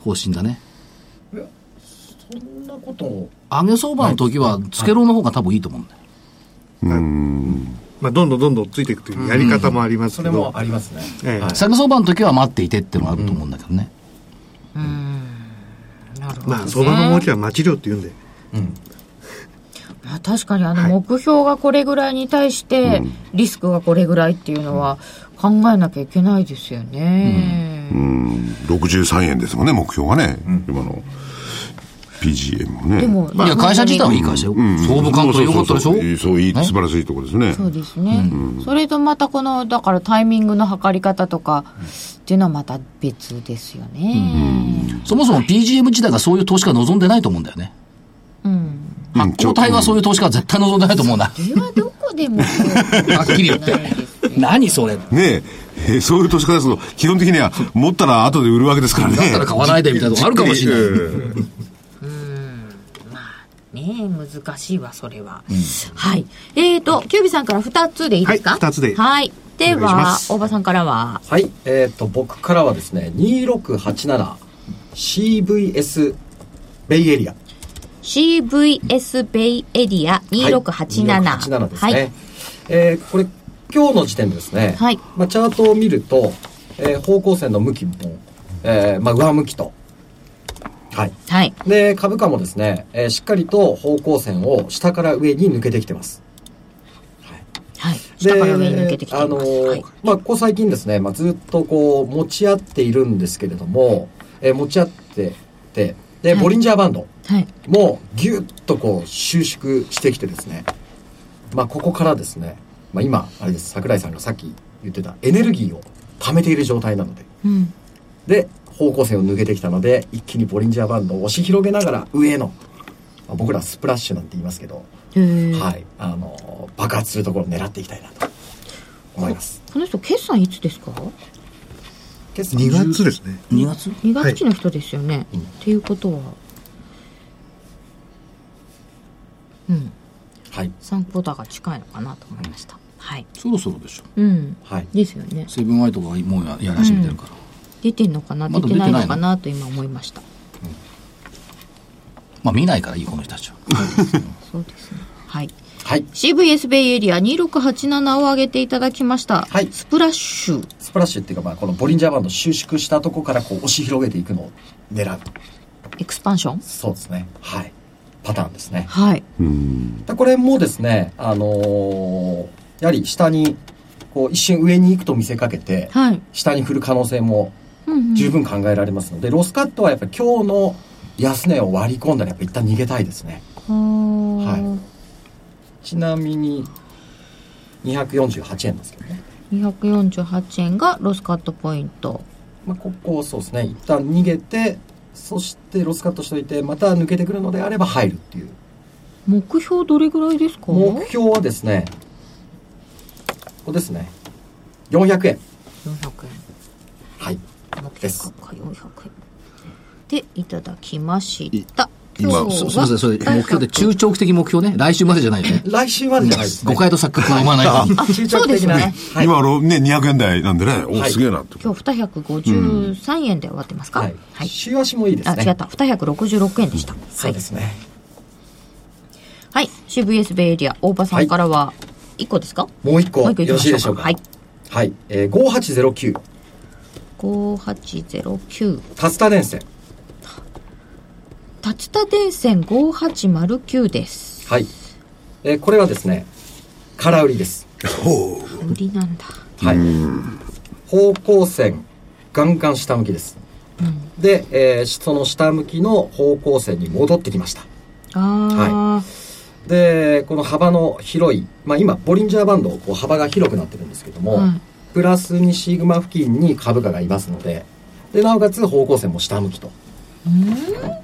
Speaker 2: 方針だね。
Speaker 4: そんなことを。
Speaker 2: 上げ相場の時は、つけろの方が多分いいと思うんだよ。
Speaker 5: まあ、どんどんどんどんついていくというやり方もあります
Speaker 4: そ
Speaker 5: け
Speaker 4: れ
Speaker 5: ど。
Speaker 4: もありますね。
Speaker 5: ええ
Speaker 2: 下げ相場の時は待っていてってのがあると思うんだけどね。
Speaker 1: なるほど、ね。
Speaker 5: まあ、相場の儲けは待ち量って言うんで。
Speaker 1: まあ確かにあの目標がこれぐらいに対して、リスクがこれぐらいっていうのは考えなきゃいけないですよね。
Speaker 3: うん、63円ですもんね、目標がね、今の PGM はね。
Speaker 1: でも、
Speaker 2: いや、会社自体はいい会社よ。総務監督良かったでしょ
Speaker 3: そうそうそうそういい
Speaker 2: ね
Speaker 3: 素晴らしいところですね。
Speaker 1: そうですね、それとまたこのだからタイミングの測り方とかっていうのはまた別ですよね
Speaker 2: そもそも PGM 自体がそういう投資家は望んでないと思うんだよね。
Speaker 1: うん、
Speaker 3: うん
Speaker 2: 交代はそういう投資家は絶対望んでないと思うな。
Speaker 1: それはどこでもそう
Speaker 2: はっきり言って。何それ。だ
Speaker 3: ねえ、えーそういう投資家ですと、基本的には持ったら後で売るわけですからね。
Speaker 2: ったら買わないでみたいなとこあるかもしれない。
Speaker 1: ねえ難しいわそれは、はいえーとキュービさんから2つでいいですか
Speaker 5: はい二つでいい
Speaker 1: はいで
Speaker 5: お願いし
Speaker 1: は
Speaker 5: ます
Speaker 1: 大場さんからは
Speaker 4: はい、えっ、と、僕からはですね、2687CVS ベイエリア。
Speaker 1: CVS ベイエリア2687
Speaker 4: 2687ですね。
Speaker 1: はい
Speaker 4: えーこれ、今日の時点でですね、
Speaker 1: はい
Speaker 4: まあ、チャートを見ると、えー方向線の向きも、えーまあ、上向きと。はい。
Speaker 1: はい
Speaker 4: で、株価もですね、えーしっかりと方向線を下から上に抜けてきてます。
Speaker 1: はい
Speaker 4: で
Speaker 1: 下から上に抜けてきています、
Speaker 4: あのー
Speaker 1: はい
Speaker 4: まあ、ここ最近ですね、まあ、ずっとこう、持ち合っているんですけれども、えー持ち合ってて、で、
Speaker 1: はい
Speaker 4: ボリンジャーバンド
Speaker 1: はい
Speaker 4: もぎゅっとこう、収縮してきてですね、まあ、ここからですね、まあ、今、あれです、桜井さんがさっき言ってたエネルギーを溜めている状態なので、
Speaker 1: うん
Speaker 4: で、方向線を抜けてきたので、一気にボリンジャーバンドを押し広げながら上への、まあ僕らスプラッシュなんて言いますけど、
Speaker 1: えー
Speaker 4: はい、あの、爆発するところを狙っていきたいなと思います。
Speaker 1: この人決算いつですか
Speaker 4: 決算
Speaker 5: 2月ですね。
Speaker 2: 2月
Speaker 1: 2月期の人ですよね、っていうことはうん
Speaker 4: はい。
Speaker 1: 3クォーターが近いのかなと思いましたはい
Speaker 2: そろそろでしょ。
Speaker 1: うん
Speaker 4: はい。
Speaker 1: ですよね
Speaker 2: セブンアイとかがもうややり始めてるから。
Speaker 1: 出てんのかな
Speaker 2: ま
Speaker 1: 出
Speaker 2: だ
Speaker 1: てない
Speaker 2: 出
Speaker 1: の
Speaker 2: てな
Speaker 1: か
Speaker 2: いの
Speaker 1: なと今思いました
Speaker 2: まあ見ないからいい、この人たちは。
Speaker 1: そうですねはい
Speaker 4: はい。
Speaker 1: CVS ベイエリア2687を上げていただきました、
Speaker 4: はい
Speaker 1: スプラッシュ
Speaker 4: スプラッシュっていうか、まあ、このボリンジャーバンド収縮したとこからこう押し広げていくのを狙う。
Speaker 1: エクスパンション
Speaker 4: そうですね。はい。パターンですね。
Speaker 1: はい
Speaker 3: うん。
Speaker 4: でこれもですね、あのーやはり下に、こう一瞬上に行くと見せかけて、
Speaker 1: はい、
Speaker 4: 下に振る可能性も
Speaker 1: うんうん
Speaker 4: 十分考えられますので、ロスカットはやっぱり今日の安値を割り込んだらやっぱ一旦逃げたいですね。
Speaker 1: は
Speaker 4: はちなみに、248円ですけどね。
Speaker 1: い、248円がロスカットポイント
Speaker 4: まあ、ここをそうですね、一旦逃げて、そしてロスカットしといて、また抜けてくるのであれば入るっていう。
Speaker 1: 目標どれぐらいですか
Speaker 4: 目標はですね、ここですね、400円。
Speaker 1: 400円
Speaker 4: はい。
Speaker 1: 目
Speaker 4: です
Speaker 1: 標価400円でいただきました
Speaker 2: 今、
Speaker 1: 今日
Speaker 2: す
Speaker 1: は
Speaker 2: みません、それ、目標で中長期的目標ね。来週までじゃないよね。
Speaker 4: 来週までじゃないですね。
Speaker 2: 誤解と錯覚が生まないように。
Speaker 4: 中長期的なね。はい。
Speaker 3: 今のね、200円台なんでね、お
Speaker 4: はい
Speaker 3: すげえなって。
Speaker 1: 今日253円で終わってますか、
Speaker 4: は
Speaker 1: はいい。
Speaker 4: 週足もいいです
Speaker 1: あ
Speaker 4: ね。
Speaker 1: 違った266円でした、
Speaker 4: そうですね。
Speaker 1: はい、はい、CVS ベイエリア大場さんからは1個ですか、
Speaker 4: もう一個、
Speaker 1: もう
Speaker 4: よ
Speaker 1: 一個行き
Speaker 4: ろ
Speaker 1: ま
Speaker 4: し
Speaker 1: し
Speaker 4: い
Speaker 1: ょ
Speaker 4: で
Speaker 1: う
Speaker 4: し
Speaker 1: か
Speaker 4: ょうか。はい。はい。えー、5809、
Speaker 1: 5809
Speaker 4: タスタ電線。
Speaker 1: 竜田電線5809です
Speaker 4: はい。えー、これはですね、空売りです。
Speaker 1: 売りなんだ
Speaker 4: はい。方向線、ガンガン下向きです。で、えーその下向きの方向線に戻ってきました。
Speaker 1: あ
Speaker 4: で、この幅の広い、まあ今、ボリンジャーバンド、こう幅が広くなってるんですけど
Speaker 1: あ、
Speaker 4: も、
Speaker 1: はい
Speaker 4: プラス2シグマ付近に株価がいますので、で、なおかつ方向線も下向きと。まあ、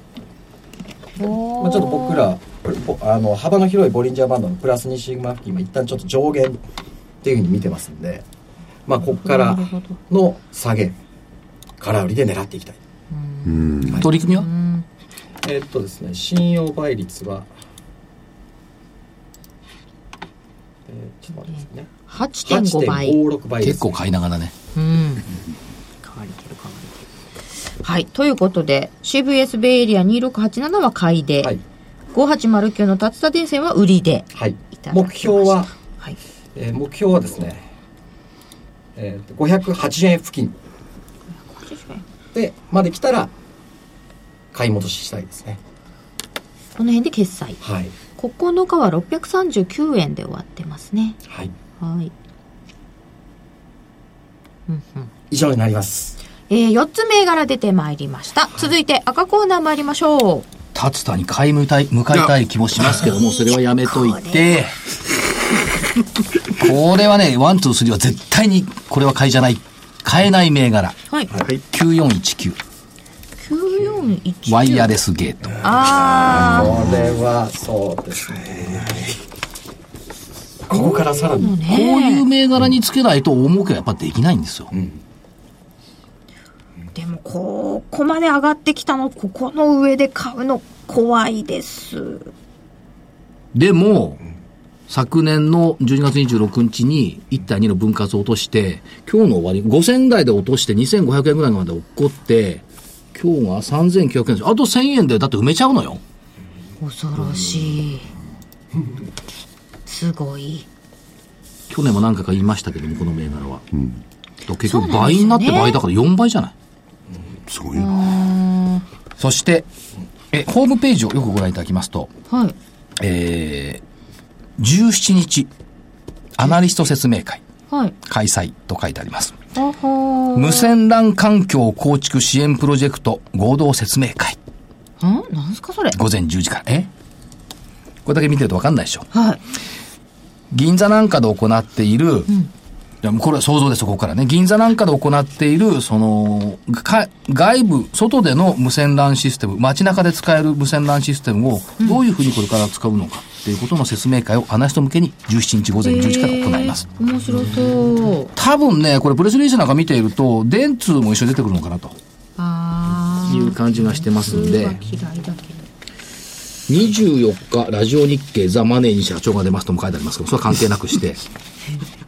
Speaker 4: ちょっと僕ら、これぼあの幅の広いボリンジャーバンドのプラス2シグマ付近は一旦ちょっと上限っていうふうに見てますんで、まあ、ここからの下げ、空売りで狙っていきたい。
Speaker 3: うん。
Speaker 2: 取り組みは
Speaker 4: えーっとですね、信用倍率は、えーちょっと待ってですね。
Speaker 1: 8.5倍
Speaker 4: 8.56倍で
Speaker 2: 結
Speaker 4: す。
Speaker 2: 構買いながらね。
Speaker 1: うん買われてる買われてるはいということで CVS ベイエリア2687は買いで、
Speaker 4: はい。
Speaker 1: 5809の竜田電線は売りで
Speaker 4: はい
Speaker 1: いただきました。
Speaker 4: 目標は、
Speaker 1: はい、
Speaker 4: えー目標はですね、えー、580円付近で、まで来たら、買い戻ししたいですね。
Speaker 1: この辺で決済
Speaker 4: はい。
Speaker 1: 9日は639円で終わってますね
Speaker 4: はい。
Speaker 1: はい
Speaker 4: 以上になります。
Speaker 1: えー、4つ銘柄出てまいりました。続いて赤コーナー参りましょう。
Speaker 2: 立田に買い向かい向かいたい気もしますけども、それはやめといて、これはね、ワン、ツー、スリーは絶対に、これは買いじゃない。買えない銘柄。
Speaker 1: はい。
Speaker 2: 9419、
Speaker 1: 9419。
Speaker 2: ワイヤレスゲート。
Speaker 1: あ
Speaker 4: これはそうですねここからさらに
Speaker 1: ー、
Speaker 2: こうい
Speaker 1: ね
Speaker 2: う銘柄につけないと重くはやっぱできないんですよ。
Speaker 6: でも、ここまで上がってきたの、ここの上で買うの怖いです。
Speaker 2: でも、昨年の12月26日に1対2の分割を落として、今日の終わり、5000台で落として2500円ぐらいまで落っこって、今日が3900円です。あと1000円でだって埋めちゃうのよ。
Speaker 1: 恐ろしい。すごい。
Speaker 2: 去年も何回か言いましたけども、この銘柄は。だから結
Speaker 1: そ
Speaker 2: 局
Speaker 1: うなんですよね
Speaker 2: 倍になって倍だから4倍じゃない。
Speaker 3: すごいな。
Speaker 2: そして、え、ホームページをよくご覧いただきますと、
Speaker 1: はい。
Speaker 2: えー、17日、アナリスト説明会
Speaker 1: はい。
Speaker 2: 開催と書いてあります。
Speaker 1: あはー。
Speaker 2: 無線 LAN 環境構築支援プロジェクト合同説明会。
Speaker 1: んなんすかそれ。
Speaker 2: 午前10時から。えこれだけ見てると分かんないでしょ。
Speaker 1: はい。
Speaker 2: 銀座なんかで行っている、いやもうこれは想像ですよ、ここからね。銀座なんかで行っている、その、か外部、外での無線 LAN システム、街中で使える無線 LAN システムを、どういうふうにこれから使うのか、っていうことの説明会をアナリスト向けに17日午前10時から行います。
Speaker 1: えー面白そう。
Speaker 2: 多分ね、これプレスリリースなんか見ていると、電通も一緒に出てくるのかなと
Speaker 1: あ
Speaker 2: い
Speaker 1: ー。
Speaker 2: う感じがしてますん
Speaker 1: 嫌
Speaker 2: で
Speaker 1: いだ、けど。
Speaker 2: 24日、ラジオ日経ザ・マネーに社長が出ますとも書いてありますけど、それは関係なくして、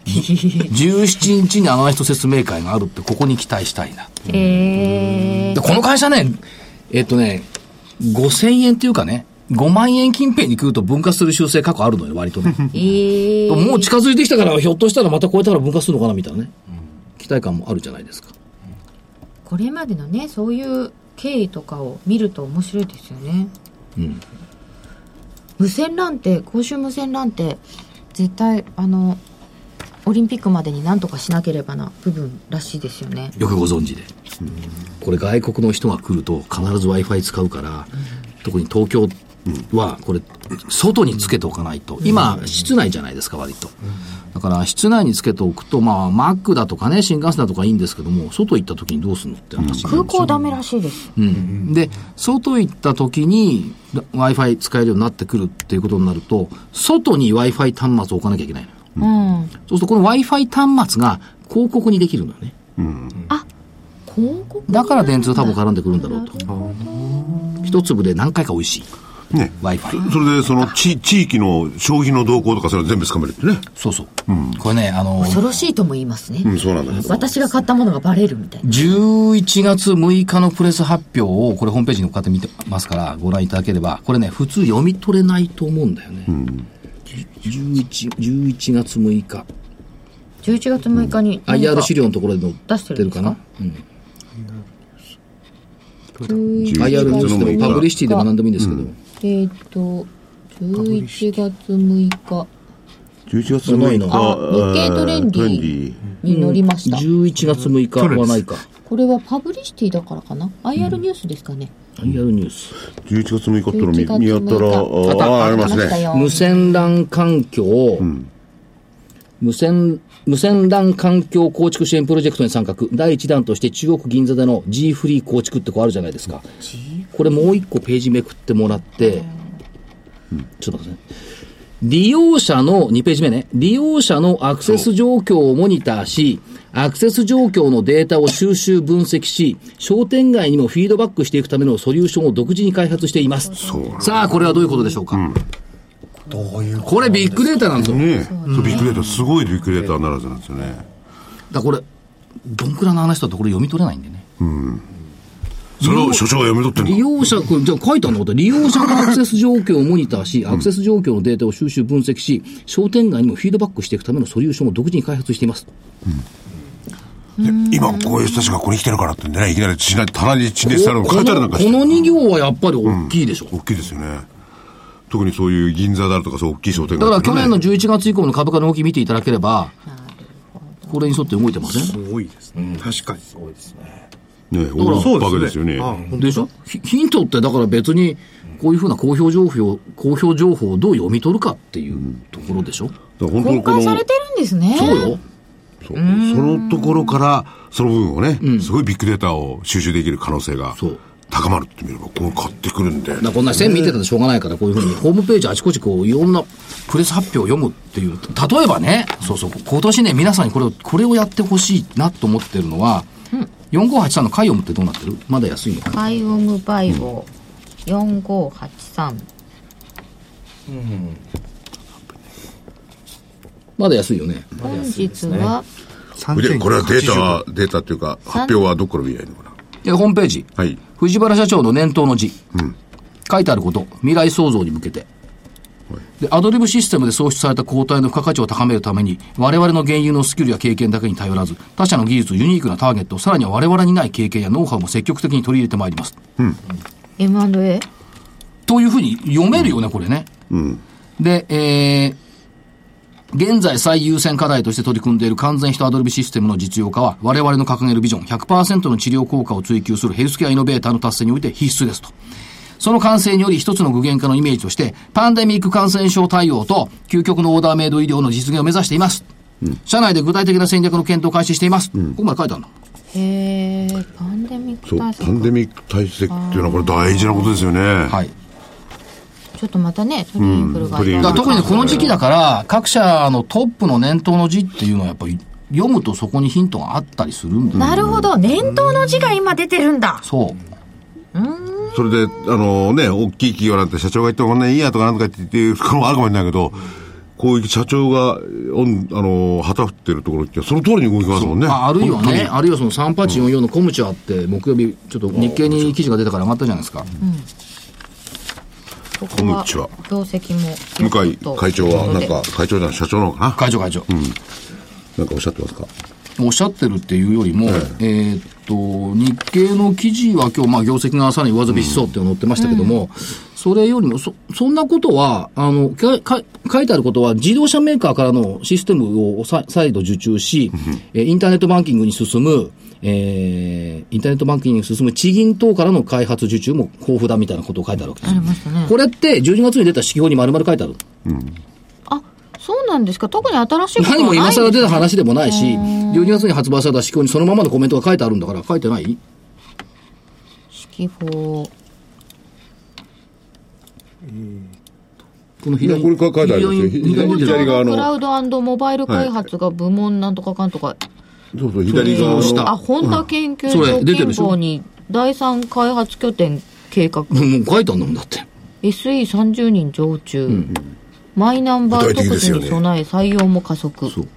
Speaker 2: 17日にあの人説明会があるって、ここに期待したいな。
Speaker 1: え
Speaker 2: で、この会社ね、えっとね、5000円っていうかね、5万円近辺に来ると分割する修正過去あるのよ、割とね。
Speaker 1: ー、えー、
Speaker 2: もう近づいてきたから、ひょっとしたらまた超えたら分割するのかな、みたいなね。期待感もあるじゃないですか。
Speaker 1: これまでのねそういう経緯とかを見ると面白いですよね
Speaker 2: うん
Speaker 1: 無線 LAN って公衆無線 LAN って絶対あのオリンピックまでに何とかしなければな部分らしいですよね
Speaker 2: よくご存知で。これ外国の人が来ると必ず Wi-Fi 使うから、特に東京はこれ、外につけておかないと。今、室内じゃないですか、割と。だから、室内につけておくと、まあ、Mac だとかね、新幹線だとかいいんですけども、外行った時にどうするのって話
Speaker 6: 空港ダメらしいです。
Speaker 2: うん、で外行った時に w i f i 使えるようになってくるっていうことになると外に w i f i 端末を置かなきゃいけないのよ
Speaker 1: うん
Speaker 2: そうするとこの w i f i 端末が広告にできるのよね
Speaker 1: 広告
Speaker 2: だから電通多分絡んでくるんだろうと一粒で何回か美味しい
Speaker 3: ね。
Speaker 2: w i f i
Speaker 3: それで、その、ち、地域の消費の動向とか、それ全部掴めるってね。
Speaker 2: そうそう、これねあの
Speaker 1: 恐ろしいとも言いますね、
Speaker 3: うん、そうなんだけど。
Speaker 1: 私が買ったものがバレるみたいな
Speaker 2: 11月6日のプレス発表をこれホームページに乗っかって見てますからご覧いただければこれね普通読み取れないと思うんだよね、11, 11月6日
Speaker 1: 11月6日に何か
Speaker 2: IR 資料のところで出
Speaker 1: してるんですか
Speaker 2: うん
Speaker 3: 11
Speaker 2: IR の
Speaker 3: 月の
Speaker 2: でもパブ
Speaker 3: 6
Speaker 2: リ
Speaker 3: 日。
Speaker 2: シティでも何でもいいんですけど、
Speaker 1: えーっと11月6日
Speaker 3: 11月の6日。
Speaker 1: あ日経トレンディー
Speaker 3: えー
Speaker 1: に乗りました、
Speaker 2: 11月6日はないか
Speaker 1: これはパブリシティだからかな IR ニュースですかね、
Speaker 2: IR ニュース
Speaker 3: 11月6日って
Speaker 1: 11
Speaker 3: の
Speaker 1: 月
Speaker 3: 見見当たら、あ
Speaker 1: 6
Speaker 2: あった
Speaker 3: あー、ありま
Speaker 1: 来
Speaker 3: す
Speaker 1: ました
Speaker 3: ね。
Speaker 1: よ
Speaker 2: 無線 LAN 環境、無線無線 LAN 環境構築支援プロジェクトに参画第1弾として中国銀座での G フリー構築ってこうあるじゃないですかこれもう1個ページめくってもらって、ちょっと待ってね利用者の、2ページ目ね、利用者のアクセス状況をモニターし、アクセス状況のデータを収集分析し、商店街にもフィードバックしていくためのソリューションを独自に開発しています。さあ、これはどういうことでしょうか、
Speaker 4: どういう
Speaker 2: これビッグデータなんですよ。だか
Speaker 3: ねそうビッグデータ、すごいビッグデータになるはずなんですよね。
Speaker 2: らこれ、どんくらいの話だとこれ読み取れないんでね。
Speaker 3: それを所長が読み取ってんの
Speaker 2: 利用者、これじゃあ書いてあるのこと利用者のアクセス状況をモニターし、アクセス状況のデータを収集分析し、商店街にもフィードバックしていくためのソリューションを独自に開発しています。
Speaker 3: 今こういう人たちがここに来てるからってんでねいきなりしない棚に陳列されるの
Speaker 2: こ
Speaker 3: 書いてある
Speaker 2: の
Speaker 3: なんかして
Speaker 2: 2行はやっぱり大きいでしょ。
Speaker 3: 大きいですよね特にそういう銀座であるとかそう大きい商店
Speaker 2: だ
Speaker 3: 街
Speaker 2: か
Speaker 3: と
Speaker 2: ら去年の
Speaker 3: ね
Speaker 2: 11月以降の株価の動き見ていただければ、これに沿って動いてません
Speaker 5: すごいですね。確かに。
Speaker 4: すごいですね
Speaker 3: ね、大バカですよね。
Speaker 5: あ本当だ
Speaker 2: でしょヒヒントってだから別に、こういうふうな公表情報、公表情報をどう読み取るかっていうところでしょ、
Speaker 3: だから本当
Speaker 9: 公
Speaker 3: にこ
Speaker 9: 開
Speaker 3: の、
Speaker 9: されてるんですね。
Speaker 2: そうよ。
Speaker 3: そうそのところから、その部分をね、すごいビッグデータを収集できる可能性が
Speaker 2: そう
Speaker 3: 高まるって見れば、こう買ってくるんだよ
Speaker 2: だからこんな線見てたらしょうがないから、こういうふうに、ホームページあちこちこう、いろんなプレス発表を読むっていう。例えばね、そうそう、今年ね、皆さんにこれを、これをやってほしいなと思ってるのは、4583の海ムってどうなってるまだ安いのかな
Speaker 1: バイオムバイオ4583。
Speaker 2: まだ安いよね。
Speaker 1: 本日は、
Speaker 3: で、
Speaker 5: 3980
Speaker 3: これはデータ、データっていうか、発表はどこから見りゃいいのかな。
Speaker 2: で、ホームページ。
Speaker 3: はい。
Speaker 2: 藤原社長の念頭の字、書いてあること未来創造に向けて、でアドリブシステムで創出された抗体の付加価値を高めるために我々の原油のスキルや経験だけに頼らず他社の技術ユニークなターゲットさらには我々にない経験やノウハウも積極的に取り入れてまいります
Speaker 1: M&A?
Speaker 2: というふうに読めるよね、これね。で、えー現在最優先課題として取り組んでいる完全人アドリブシステムの実用化は、我々の掲げるビジョン、100%の治療効果を追求するヘルスケアイノベーターの達成において必須ですと。その完成により一つの具現化のイメージとして、パンデミック感染症対応と、究極のオーダーメイド医療の実現を目指しています。社内で具体的な戦略の検討を開始しています。ここまで書いてあるの。
Speaker 1: へー、パンデミッ
Speaker 3: そ
Speaker 1: ク対
Speaker 3: う、パン
Speaker 1: 策。
Speaker 3: デミック対策っていうのはこれ大事なことですよね。は。
Speaker 2: はいい。
Speaker 1: ちょっとまたね、トリンクルがいた
Speaker 3: う
Speaker 2: だ
Speaker 1: だ
Speaker 3: ん
Speaker 2: から特にねこの時期だから、各社のトップの念頭の字っていうのは、やっぱり読むとそこにヒントがあったりするんだよ
Speaker 1: なるほど、年頭の字が今出てるんだ。
Speaker 2: そう。
Speaker 3: それで、あのね、大きい企業なんて社長が言ってもこんなんいいやとかなんとかって言ってる可能もあるかもしれないけど、こういう社長が、おんあの、旗振ってるところって、その通りに動きますもんね。
Speaker 2: まあ、あるいは
Speaker 3: 本当に
Speaker 2: ね、あるいはその3844のコムチャって、木曜日、ちょっと日経に記事が出たから上がったじゃないですか。
Speaker 1: ここ
Speaker 3: こん
Speaker 1: は
Speaker 3: にちは、
Speaker 1: 業績も。
Speaker 3: 向井会長は、なんか、会長じゃない、社長なのかな
Speaker 2: 会長会長。
Speaker 3: なんかおっしゃってますか
Speaker 2: おっしゃってるっていうよりも、えーっと、日経の記事は今日、まあ、業績がさらに上積みしそうっていうのが載ってましたけども、それよりも、そ、そんなことは、あの、か、か、書いてあることは、自動車メーカーからのシステムをさ再度受注し、えーインターネットバンキングに進む、えーインターネットバンキングに進む地銀等からの開発受注も豊富だみたいなことを書いてあるわけですよ。これって、12月に出た指揮法に丸々書いてある。
Speaker 1: あ、そうなんですか。特に新しいこと
Speaker 2: 何
Speaker 1: はない
Speaker 2: も今更出た話でもないし、12月に発売された指揮法にそのままのコメントが書いてあるんだから、書いてない
Speaker 1: 指揮法。
Speaker 2: この
Speaker 3: いや
Speaker 2: 左
Speaker 3: これ書いてあります
Speaker 2: 左
Speaker 3: よ。左
Speaker 2: 左
Speaker 3: 左側
Speaker 1: クラ
Speaker 3: の、
Speaker 1: ウドモバイル開発が部門なんとかかんとか。
Speaker 3: そうそう、左側の
Speaker 2: その下
Speaker 1: あ、本田研究
Speaker 2: それ
Speaker 1: 所
Speaker 2: 出てる
Speaker 1: 近
Speaker 2: でしょ
Speaker 1: 郊に第三開発拠点計画。
Speaker 2: もう書いてあんだもんだって。
Speaker 1: SE30 人常駐、マイナンバー特需に備え採用も加速、
Speaker 2: そう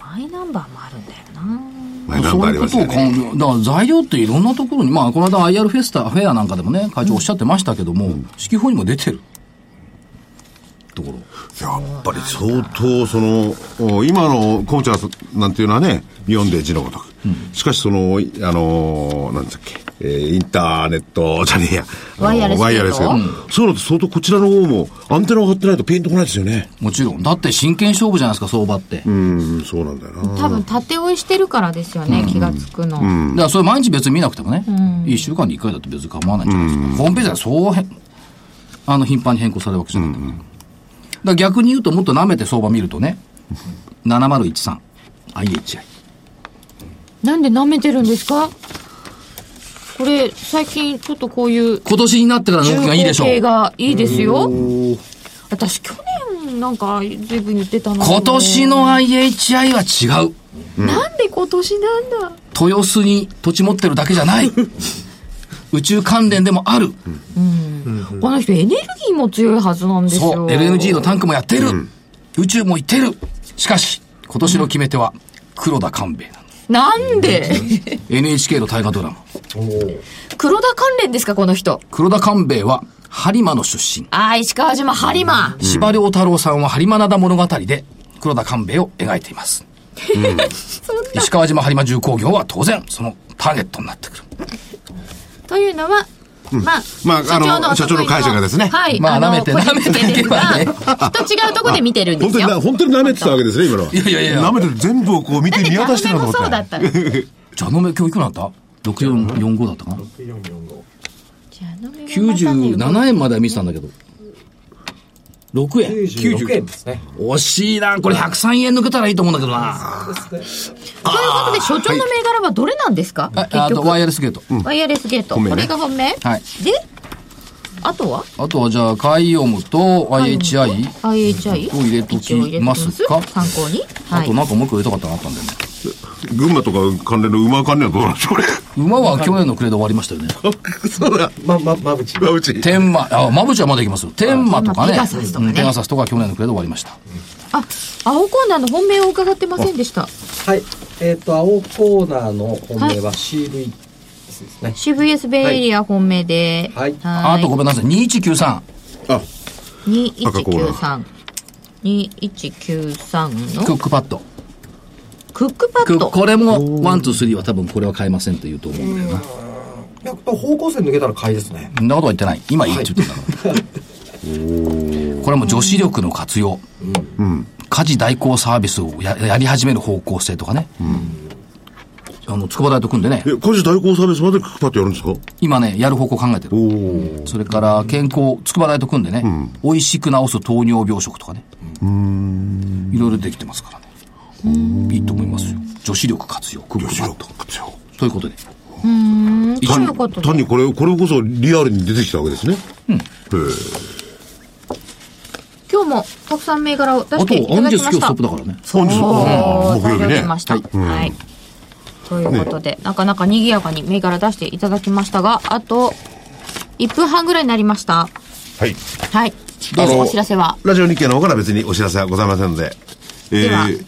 Speaker 1: マイナンバーもあるんだよな
Speaker 3: 前ナン
Speaker 2: そう
Speaker 3: バーあ
Speaker 2: い
Speaker 3: り
Speaker 2: うこ
Speaker 3: まし
Speaker 2: と
Speaker 3: た
Speaker 2: を考
Speaker 3: よね。
Speaker 2: えだから材料っていろんなところに、まあ、この間 IR フェスタ、フェアなんかでもね、会長おっしゃってましたけども、指揮法にも出てる。ところ。
Speaker 3: やっぱり相当そのお今のコムチャーなんていうのはね読んで字のごとく、しかしそのいあのーなんですっけ、えーインターネットじゃねえやあの
Speaker 1: ワイヤレス
Speaker 3: ワイヤレスけど、
Speaker 1: う
Speaker 3: そういうのって相当こちらの方もアンテナを張ってないとピンとこないですよね
Speaker 2: もちろん。だって真剣勝負じゃないですか、相場って。
Speaker 3: う
Speaker 2: だ
Speaker 3: んそうなんだよな
Speaker 1: 多分縦追いしてるからですよね、気がつくの、
Speaker 2: からそれ毎日別に見なくてもね、一週間に一回だって別に構わないじゃないですか。ホームページはそうへん、あの、頻繁に変更されるわけじゃないんだから。だから逆に言うと、もっと舐めて相場見るとね、7013、IHI。
Speaker 1: なんで舐めてるんですかこれ最近ちょっとこういう
Speaker 2: 今年になってからの動きがいいでしょう。
Speaker 1: 系がいいですよ私去年なんか随分言ってたのに
Speaker 2: 今年の IHI は違う。
Speaker 1: なんで今年なんだ
Speaker 2: 豊洲に土地持ってるだけじゃ ない。宇宙関連でもある。
Speaker 1: この人エネルギーも強いはずなんですよ
Speaker 2: そう、LNG のタンクもやってる。宇宙も行ってる。しかし、今年の決め手は、黒田官兵衛なの。
Speaker 1: なんで
Speaker 2: NHK の大河ドラマ。
Speaker 1: 黒田関連ですかこの人
Speaker 2: 黒田官兵衛は、播磨の出身。
Speaker 1: ああ、石川島播磨。
Speaker 2: 司馬遼太郎さんは播磨灘物語で、黒田官兵衛を描いてい ます。石川島播磨重工業は当然、そのターゲットになってくる。
Speaker 1: というのは、まあ、
Speaker 3: まああの
Speaker 1: お得意
Speaker 3: 社長の会社がですね
Speaker 1: はい、
Speaker 2: まあ
Speaker 1: の
Speaker 2: 舐めて
Speaker 1: これ
Speaker 2: 舐めて
Speaker 1: ですが
Speaker 2: いけばね
Speaker 1: きっと違うとこで見てるんで
Speaker 3: 本
Speaker 1: す
Speaker 3: 当にな
Speaker 1: よ。
Speaker 3: 本当に舐めてたわけですね今のはい
Speaker 2: やいやいや
Speaker 3: 舐めて全部をこう見て見渡して
Speaker 1: で
Speaker 3: るの
Speaker 1: もそうだったら。
Speaker 2: じゃあ、のめ今日いくらだった6445だったかな。
Speaker 1: じゃあ飲み
Speaker 2: 97円までは見てたんだけど。6円。
Speaker 4: 96円ですね。
Speaker 2: 惜しいな。これ103円抜けたらいいと思うんだけどな。
Speaker 1: ということで、所長の銘柄はどれなんですか、
Speaker 2: あ
Speaker 1: 結
Speaker 2: あと、
Speaker 1: 局。
Speaker 2: ワイヤレスゲート。
Speaker 1: ワイヤレスゲート。
Speaker 3: 本命ね
Speaker 1: これが本命、
Speaker 2: はい
Speaker 1: で、あとは
Speaker 2: あとは、じゃあ、カイオムと IHI。
Speaker 1: ?IHI?
Speaker 2: を入れときますか
Speaker 1: 一応入れときます参考に。
Speaker 2: あ
Speaker 1: はい
Speaker 2: と、。なんかもう一個入れたかったのあったんだよね。
Speaker 3: 群馬とか関連の馬関連はどうなんでしょうね。
Speaker 2: 馬は去年の暮れで終わりましたよね。
Speaker 3: そうだ。
Speaker 4: ま、ま、まぶち。
Speaker 3: 馬うち。
Speaker 2: 天満、あ、まぶちはまだいきますよ。天満とかね。
Speaker 1: 天満ペガサスとかね
Speaker 2: うんペガサスとか去年の暮れで終わりました。
Speaker 1: あ、青コーナーの本命を伺ってませんでした。
Speaker 4: はい。えっ、と、青コーナーの本命は CV ですね。
Speaker 1: CVS ベイエリア本命で。
Speaker 4: はい
Speaker 2: あと、ごめんなさい。2193。
Speaker 3: あ、赤コー
Speaker 1: 2193。2193
Speaker 2: ク
Speaker 1: の
Speaker 2: ックパッド。
Speaker 1: クックパ
Speaker 2: ク
Speaker 1: ッド。
Speaker 2: これも、ワン、ツー、スリーは多分これは買えませんって言うと思うんだよな。
Speaker 4: やっぱ方向性抜けたら買いですね。
Speaker 2: そんなことは言ってない。今いいって言ってんだ から。これはもう女子力の活用。家事代行サービスをややり始める方向性とかね。あの、筑波大と組んでね
Speaker 3: え、、家事代行サービスまでクックパッドやるんですか
Speaker 2: 今ね、やる方向考えてる。
Speaker 3: おー
Speaker 2: それから健康、筑波大と組んでね、美味しく治す糖尿病食とかね、いろいろできてますからね。いいと思いますよ。女子力活用、クックパッド。ということで。一
Speaker 1: とい
Speaker 2: 応
Speaker 1: うことで
Speaker 3: 単にこれ、これこそリアルに出てきたわけですね。
Speaker 1: 今日もたくさん銘柄を出
Speaker 2: あ
Speaker 1: してい
Speaker 2: と、ア
Speaker 1: た
Speaker 2: ン
Speaker 1: だ
Speaker 2: ジ
Speaker 1: き
Speaker 2: ェ
Speaker 1: ま
Speaker 2: ス今日
Speaker 1: し
Speaker 2: スト
Speaker 1: た
Speaker 2: ップ。だからね。
Speaker 1: そう、
Speaker 3: 本日あー木曜日ね
Speaker 1: 材料来ました。
Speaker 3: はいうん
Speaker 1: はい。ということで、なかなか賑やかに銘柄出していただきましたが、あと、1分半ぐらいになりました。
Speaker 3: はい。
Speaker 1: はい。どうぞお知らせは。
Speaker 3: ラジオ日経の方から別にお知らせはございませんので。え
Speaker 1: では
Speaker 3: ー、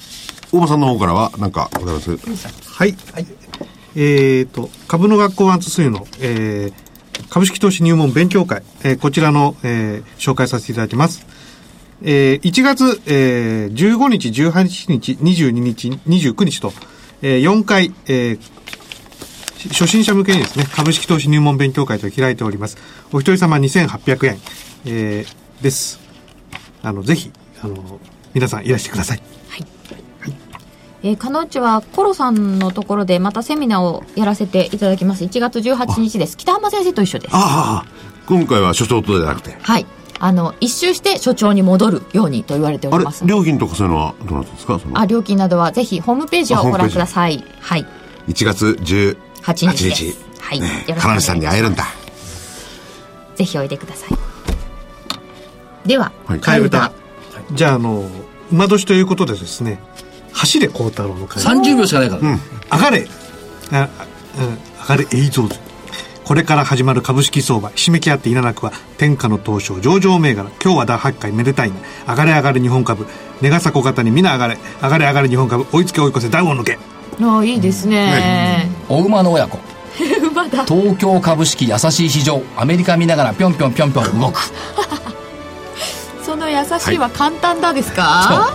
Speaker 3: 大場さんの方からは何かございます
Speaker 5: はい。えっ、と、株の学校ワンツースリーの、えー株式投資入門勉強会、えーこちらの、えー紹介させていただきます。えー1月、えー15日、18日、22日、29日と、え4回、えー初心者向けにですね、株式投資入門勉強会と開いております。お一人様2800円、えーです。あの、ぜひ、あの、皆さんいらしてください。
Speaker 1: えー、かのうちはコロさんのところでまたセミナーをやらせていただきます。1月18日です。北浜先生と一緒です。
Speaker 3: ああ、今回は所長とじゃなくて。
Speaker 1: はい。あの、一周して所長に戻るようにと言われており
Speaker 3: あれ
Speaker 1: ます、。
Speaker 3: 料金とかそういうのはどうなってるんですかその
Speaker 1: あ、料金などはぜひホームページを
Speaker 3: あホー
Speaker 1: ご
Speaker 3: ムペー
Speaker 1: 覧
Speaker 3: ジ
Speaker 1: ください。はい。
Speaker 3: 1月18
Speaker 1: 8日です。
Speaker 3: 日。
Speaker 1: はい。よろしくお願いします
Speaker 3: 金主さんに会えるんだ。
Speaker 1: ぜひおいでください。では、
Speaker 3: はい
Speaker 5: 替え歌。じゃあ、あの、馬年ということでですね、走れ孝太郎の会。
Speaker 2: 30秒しかないから。
Speaker 5: 上がれああ上がれ映像図。これから始まる株式相場、締めき合っていななくは、天下の東証、上場銘柄、今日は大発会、めでたいな、上がれ上がれ日本株、ネガサコ型に皆上がれ、上がれ上がれ日本株、追いつけ追い越せ、ダウンを抜け。
Speaker 1: ああ、いいですね。
Speaker 2: お馬の親子。
Speaker 1: まだ。
Speaker 2: 東京株式優しい市場。アメリカ見ながらぴょんぴょんぴょんぴょん動く。
Speaker 1: その優しいは簡単だですか、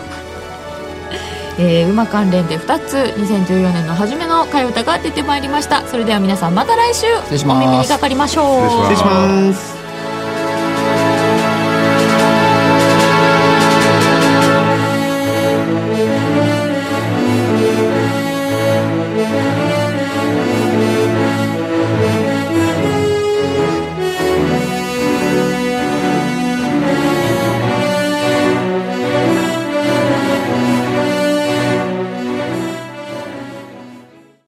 Speaker 1: えー馬関連で2つ2014年の初めの替え歌が出てまいりましたそれでは皆さんまた来週
Speaker 2: 礼し
Speaker 1: お
Speaker 2: ます
Speaker 1: 耳にかかりましょう
Speaker 5: 失礼します。